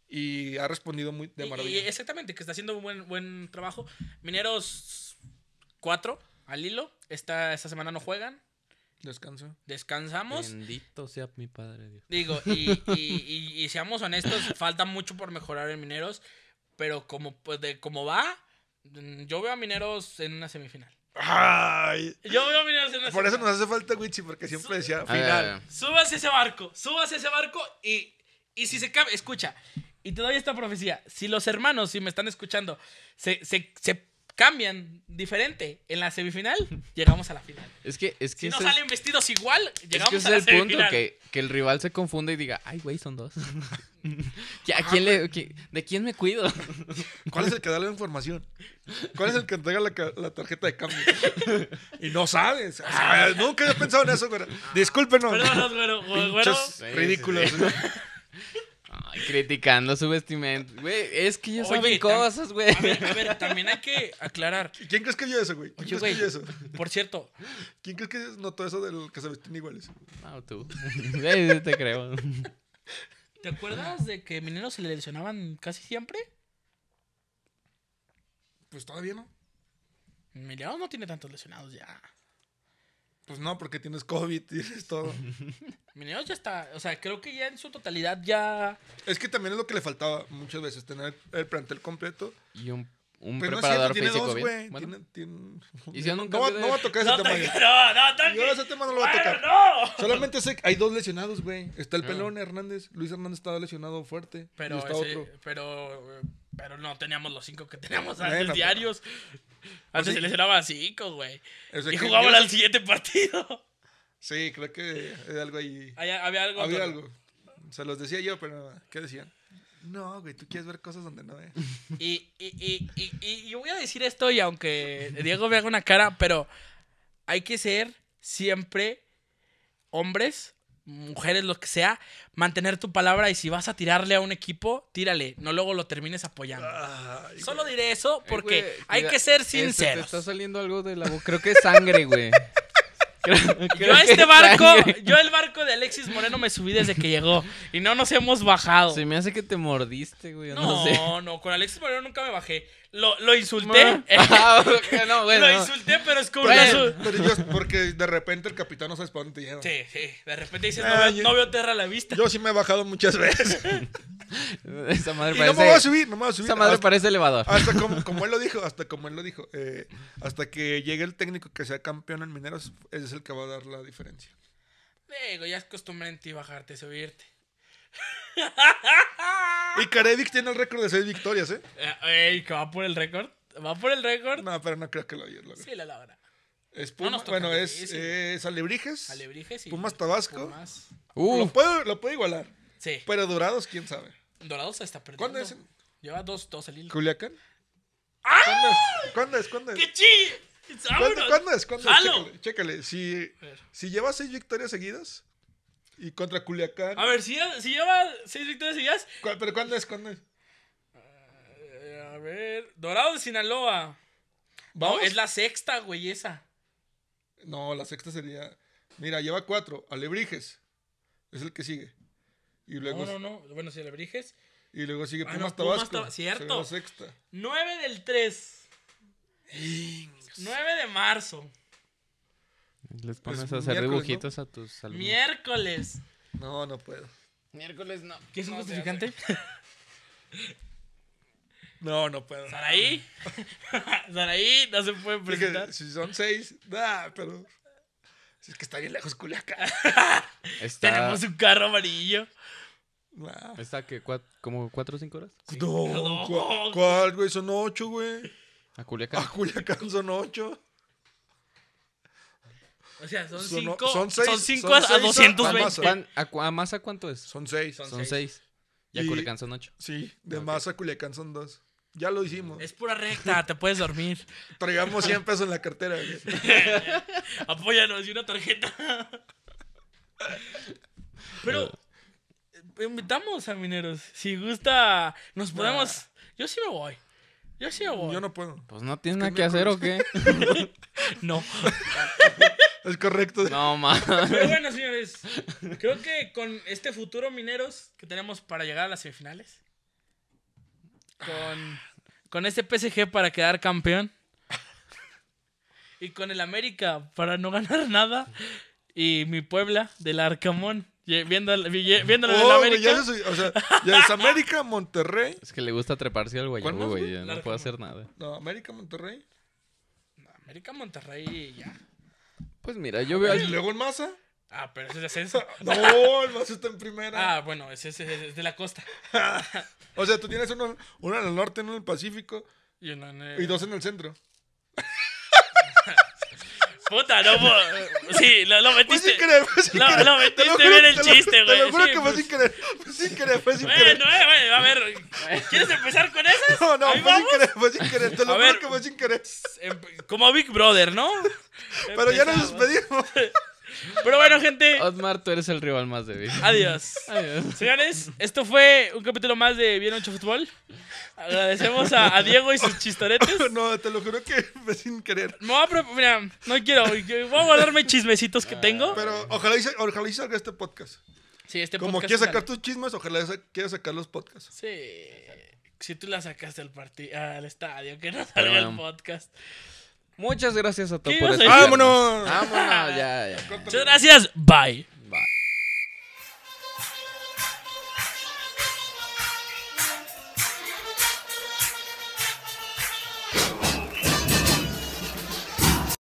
Speaker 2: y ha respondido muy de
Speaker 3: Y-
Speaker 2: maravilla.
Speaker 3: y exactamente, que está haciendo un buen, buen trabajo. Mineros 4 al hilo. Esta, esta semana no juegan.
Speaker 2: Descanso.
Speaker 3: Descansamos.
Speaker 1: Bendito sea mi padre Dios.
Speaker 3: Digo, y, y- y- y seamos honestos, falta mucho por mejorar en Mineros. Pero como, pues, de, como va, mm, yo veo a Mineros en una semifinal.
Speaker 2: Ay,
Speaker 3: Yo veo a Mineros en una
Speaker 2: por eso
Speaker 3: semifinal.
Speaker 2: nos hace falta Wichi, porque siempre decía
Speaker 3: Ah.
Speaker 1: A ver, a
Speaker 2: final.
Speaker 1: ver.
Speaker 3: Súbase a ese barco, súbase a ese barco y, y si se cambia, escucha, y te doy esta profecía, si los hermanos, si me están escuchando, se, se, se cambian diferente en
Speaker 1: <laughs>
Speaker 3: la semifinal, llegamos a la final.
Speaker 1: Es que, es
Speaker 3: Si
Speaker 1: que
Speaker 3: no
Speaker 1: ese es-
Speaker 3: salen vestidos igual,
Speaker 1: es,
Speaker 3: llegamos
Speaker 1: que ese
Speaker 3: a la
Speaker 1: es el punto,
Speaker 3: semifinal.
Speaker 1: que, que el rival se confunda y diga, ay, güey, son
Speaker 3: <laughs>
Speaker 1: dos. ¿Qui-
Speaker 3: Ah,
Speaker 1: ¿A quién le, qui- ¿De quién me cuido?
Speaker 2: ¿Cuál es el que da la información? ¿Cuál es el que entrega la, ca- la tarjeta de cambio? <laughs> Y no sabes. Ay, nunca había pensado en eso, güey. Discúlpenos.
Speaker 3: Perdónos, güero, güero,
Speaker 2: <laughs>
Speaker 3: güero.
Speaker 2: Pinches
Speaker 1: güero.
Speaker 2: ridículos.
Speaker 1: Ay, criticando su vestimenta. Güey, es que ellos
Speaker 3: Oye,
Speaker 1: saben
Speaker 3: tam-
Speaker 1: cosas, güey.
Speaker 3: A <laughs> ver, a ver, también hay que aclarar.
Speaker 2: ¿Quién crees que vio eso, güey? ¿Quién
Speaker 3: Oye,
Speaker 2: crees que
Speaker 3: güey,
Speaker 2: vio eso?
Speaker 3: por cierto,
Speaker 2: ¿Quién crees que notó eso del que se vestían iguales?
Speaker 1: No, tú. <laughs> Sí, te creo.
Speaker 3: ¿te acuerdas de que Mineros se le lesionaban casi siempre?
Speaker 2: Pues todavía no.
Speaker 3: Mineros no tiene tantos lesionados ya.
Speaker 2: Pues no, porque tienes COVID, <laughs> tienes todo.
Speaker 3: Mineros ya está, o sea, creo que ya en su totalidad ya...
Speaker 2: es que también es lo que le faltaba muchas veces, tener el plantel completo
Speaker 1: Y un un
Speaker 2: Pero Pues no es
Speaker 1: preparador
Speaker 2: cierto, tiene
Speaker 1: físico
Speaker 2: dos,
Speaker 1: bien.
Speaker 2: güey.
Speaker 1: Bueno,
Speaker 2: Tiene- tiene-
Speaker 1: Hicieron un
Speaker 2: <laughs> No, va-
Speaker 1: cambio de-
Speaker 2: no va a tocar ese
Speaker 3: <laughs> No,
Speaker 2: tema.
Speaker 3: toque,
Speaker 2: ya.
Speaker 3: no, no, toque.
Speaker 2: Yo ese tema no lo voy a
Speaker 3: Bueno,
Speaker 2: tocar.
Speaker 3: no.
Speaker 2: Solamente sé que hay dos lesionados, güey. Está el
Speaker 1: Ah.
Speaker 2: pelón Hernández. Luis Hernández estaba lesionado fuerte. y
Speaker 3: Pero,
Speaker 2: está
Speaker 3: ese-
Speaker 2: otro.
Speaker 3: pero, eh, pero no teníamos los cinco que teníamos
Speaker 2: Bueno,
Speaker 3: antes
Speaker 2: pero- pues
Speaker 3: diarios. Antes
Speaker 2: sí.
Speaker 3: se lesionaba a cinco, güey.
Speaker 2: O sea,
Speaker 3: y
Speaker 2: que
Speaker 3: jugaban
Speaker 2: yo-
Speaker 3: al siguiente partido.
Speaker 2: Sí, creo que hay algo ahí.
Speaker 3: Hay- había
Speaker 2: <laughs>
Speaker 3: algo.
Speaker 2: Había
Speaker 3: otro.
Speaker 2: algo. Se los decía yo, pero ¿qué decían? No, güey, tú quieres ver cosas donde no es.
Speaker 3: Y, y, y, y, y- y yo voy a decir esto, y aunque Diego me haga una cara, pero hay que ser siempre hombres, mujeres, lo que sea, mantener tu palabra y si vas a tirarle a un equipo, tírale, no luego lo termines apoyando. Solo diré eso
Speaker 1: Ay,
Speaker 3: porque
Speaker 1: eh, güey,
Speaker 3: hay
Speaker 1: cuida-
Speaker 3: que ser
Speaker 1: este, Te
Speaker 3: sinceros.
Speaker 1: está saliendo algo de la boca. Creo que es sangre,
Speaker 3: <laughs>
Speaker 1: güey. Creo- creo
Speaker 3: Yo a
Speaker 1: que
Speaker 3: este
Speaker 1: es
Speaker 3: barco,
Speaker 1: sangre.
Speaker 3: yo el barco de Alexis Moreno me subí desde que llegó y no nos hemos bajado.
Speaker 1: Se me hace que te mordiste, güey. No,
Speaker 3: no,
Speaker 1: sé.
Speaker 3: no, con Alexis Moreno nunca me bajé. Lo, <laughs> lo insulté.
Speaker 1: <laughs> Ah, ok, no, bueno.
Speaker 3: lo insulté, pero es como
Speaker 1: Bueno.
Speaker 3: una su-
Speaker 2: Pero yo, porque de repente el capitán no sabes para dónde te lleva.
Speaker 3: Sí, sí. De repente dices,
Speaker 2: Ah,
Speaker 3: no, veo,
Speaker 2: yo-
Speaker 3: no veo tierra a la vista.
Speaker 2: Yo sí me he bajado muchas veces.
Speaker 3: <laughs>
Speaker 1: Esa madre
Speaker 2: y
Speaker 1: parece.
Speaker 2: no me voy a subir, no me voy a subir.
Speaker 1: esa madre
Speaker 2: hasta,
Speaker 1: parece elevador.
Speaker 2: hasta como, como él lo dijo, hasta como él lo dijo. eh, hasta que llegue el técnico que sea campeón en Mineros, ese es el que va a dar la diferencia.
Speaker 3: Digo, ya es costumbre en ti bajarte, subirte.
Speaker 2: Y Carevic tiene el récord de seis victorias, ¿eh?
Speaker 3: Eh, Ey, que va por el récord. ¿Va por el récord?
Speaker 2: No, pero no creo que lo haya logrado.
Speaker 3: Sí, la logra.
Speaker 2: Es
Speaker 3: No
Speaker 2: Puma-
Speaker 3: nos toca
Speaker 2: bueno, es, eh,
Speaker 3: difícil.
Speaker 2: es Alebrijes.
Speaker 3: Alebrijes y...
Speaker 2: Pumas Tabasco.
Speaker 3: Pumas.
Speaker 2: Lo
Speaker 1: Uf,
Speaker 2: puedo, lo puedo igualar.
Speaker 3: Sí.
Speaker 2: Pero Dorados, quién sabe.
Speaker 3: Dorados se está perdiendo.
Speaker 2: ¿Cuándo es?
Speaker 3: Lleva dos, dos al hilo.
Speaker 2: ¿Culiacán?
Speaker 3: ¡Ah!
Speaker 2: ¿Cuándo es? ¿Cuándo es? ¿Cuándo es?
Speaker 3: ¡Qué chi!
Speaker 2: ¿Cuándo,
Speaker 3: ¡Vámonos!
Speaker 2: cuándo es? ¿Cuándo es?
Speaker 3: ¡Jalo!
Speaker 2: Chécale, chécale. Si, si lleva seis victorias seguidas y contra Culiacán.
Speaker 3: A ver, si, si lleva seis victorias seguidas...
Speaker 2: ¿cuál- ¿Pero cuándo es? ¿Cuándo es?
Speaker 3: Eh, a ver... Dorados de Sinaloa.
Speaker 2: ¿Vamos?
Speaker 3: No, es la sexta, güey, esa.
Speaker 2: No, la sexta sería. Mira, lleva cuatro. Alebrijes es el que sigue. Y luego,
Speaker 3: No, no, no. Bueno, si Alebrijes...
Speaker 2: Y luego sigue
Speaker 3: Ah,
Speaker 2: Pumas
Speaker 3: no, Pumas
Speaker 2: Tabasco.
Speaker 3: Tab- cierto.
Speaker 2: será la sexta.
Speaker 3: 9 del 3. 9 de marzo,
Speaker 1: les pones
Speaker 2: es
Speaker 1: a hacer
Speaker 2: miércoles, ¿no?
Speaker 1: dibujitos a tus alumnos.
Speaker 3: miércoles.
Speaker 2: No, no puedo.
Speaker 1: miércoles no.
Speaker 3: ¿Qué es un
Speaker 1: No,
Speaker 3: justificante?
Speaker 2: No, no puedo.
Speaker 3: Saraí. <laughs> Saraí no se puede
Speaker 2: Porque
Speaker 3: presentar.
Speaker 2: si son seis, da, pero. Si es que está bien lejos
Speaker 3: <laughs>
Speaker 2: Culiacán.
Speaker 1: Está,
Speaker 3: Tenemos un carro amarillo.
Speaker 2: Nah.
Speaker 1: ¿Está que cua- como cuatro o cinco horas?
Speaker 2: No,
Speaker 3: No.
Speaker 2: ¿cuál, cuál, güey? Son ocho, güey.
Speaker 1: A Culiacán.
Speaker 2: A Culiacán son ocho.
Speaker 3: O sea, son
Speaker 2: Son-
Speaker 3: 5
Speaker 2: son
Speaker 3: son
Speaker 2: seis,
Speaker 3: 5
Speaker 2: son
Speaker 3: a,
Speaker 2: seis a-
Speaker 3: 220.
Speaker 2: a
Speaker 1: ¿Cuán- a, cu- a Maza cuánto es?
Speaker 2: Son seis.
Speaker 3: Son
Speaker 1: Son
Speaker 3: seis.
Speaker 1: seis. Y a
Speaker 2: Y-
Speaker 1: Culiacán son ocho.
Speaker 2: Sí, de
Speaker 1: Ok.
Speaker 2: más a Culiacán son dos. Ya lo hicimos.
Speaker 3: Es pura recta, te puedes dormir.
Speaker 2: Traigamos
Speaker 3: <laughs>
Speaker 2: 100 pesos en la cartera. güey.
Speaker 3: Apóyanos y una tarjeta. Pero eh, invitamos a mineros. Si gusta, nos podemos. Yo sí me voy. Yo sí me voy.
Speaker 2: Yo no puedo.
Speaker 1: Pues no tienes
Speaker 2: Es
Speaker 1: nada
Speaker 2: que
Speaker 1: que hacer o qué.
Speaker 3: <laughs> no.
Speaker 2: Es correcto.
Speaker 1: <laughs>
Speaker 2: <laughs>
Speaker 1: No mames.
Speaker 3: Pero bueno, señores, creo que con este futuro mineros que tenemos para llegar a las semifinales, con, con este PSG para quedar campeón, y con el América para no ganar nada, y mi Puebla del Arcamón, ye- viendo, al- vi- viéndolo en el
Speaker 2: Oh, güey,
Speaker 3: América.
Speaker 2: ya se subió, o sea, ya es América, Monterrey.
Speaker 1: Es que le gusta treparse al
Speaker 2: ¿Cuál más,
Speaker 1: guayabo, güey.
Speaker 2: güey?
Speaker 1: ya No
Speaker 3: Larga,
Speaker 1: puedo
Speaker 3: ¿no?
Speaker 1: hacer nada.
Speaker 2: No, América, Monterrey.
Speaker 3: América Monterrey ya.
Speaker 1: Pues mira, yo veo
Speaker 2: Y
Speaker 1: al...
Speaker 2: luego el
Speaker 3: <laughs>
Speaker 2: Maza.
Speaker 3: Ah, pero ese es ascenso.
Speaker 2: No, el Maza está en primera.
Speaker 3: Ah, bueno, ese es, ese es de la costa.
Speaker 2: O sea, tú tienes uno, uno en el norte, uno en el Pacífico
Speaker 3: Y uno en el-
Speaker 2: y dos en el centro.
Speaker 3: Puta, no. po- Pues Sí, lo, lo
Speaker 2: Fue
Speaker 3: metiste.
Speaker 2: sin querer, fue sin
Speaker 3: Lo-
Speaker 2: querer.
Speaker 3: lo
Speaker 2: Te
Speaker 3: metiste
Speaker 2: juro-
Speaker 3: bien el
Speaker 2: te lo-
Speaker 3: chiste,
Speaker 2: Te
Speaker 3: güey.
Speaker 2: lo juro
Speaker 3: Sí,
Speaker 2: que
Speaker 3: pues.
Speaker 2: fue sin querer. Fue sin querer, fue sin querer.
Speaker 3: Bueno, eh, bueno, a ver. ¿Quieres empezar con esas?
Speaker 2: No, no,
Speaker 3: Ahí
Speaker 2: fue sin
Speaker 3: vamos.
Speaker 2: querer, fue sin querer. Te lo
Speaker 3: A
Speaker 2: juro
Speaker 3: ver.
Speaker 2: que fue sin querer.
Speaker 3: Em- Como Big Brother, ¿no?
Speaker 2: Pero ya nos
Speaker 3: Empezamos.
Speaker 2: despedimos.
Speaker 3: <laughs> Pero bueno, gente,
Speaker 1: Osmar, tú eres el rival más débil.
Speaker 3: adiós.
Speaker 1: Adiós.
Speaker 3: Señores, esto fue un capítulo más de Bien Ocho Fútbol. Agradecemos a, a Diego y
Speaker 2: <laughs>
Speaker 3: sus chistoretes.
Speaker 2: No, te lo juro que fue sin querer.
Speaker 3: Me voy a pre- Mira, no quiero. Voy a guardarme chismecitos que tengo.
Speaker 2: Ah, Pero ojalá y, sa- ojalá y salga este podcast.
Speaker 3: Sí, este
Speaker 2: Como
Speaker 3: podcast
Speaker 2: quieres
Speaker 3: sale.
Speaker 2: sacar tus chismes, ojalá sa- quieras sacar los podcasts.
Speaker 3: Sí. Si tú la sacaste al, parti- al estadio, que no
Speaker 1: Pero
Speaker 3: salga el
Speaker 1: bueno.
Speaker 3: podcast.
Speaker 1: Muchas gracias a todos
Speaker 3: ¿Qué
Speaker 1: por
Speaker 3: ibas a
Speaker 1: escucharnos.
Speaker 3: Ah,
Speaker 2: ¡Vámonos!
Speaker 1: Vámonos, ya, ya.
Speaker 3: Muchas gracias. Bye.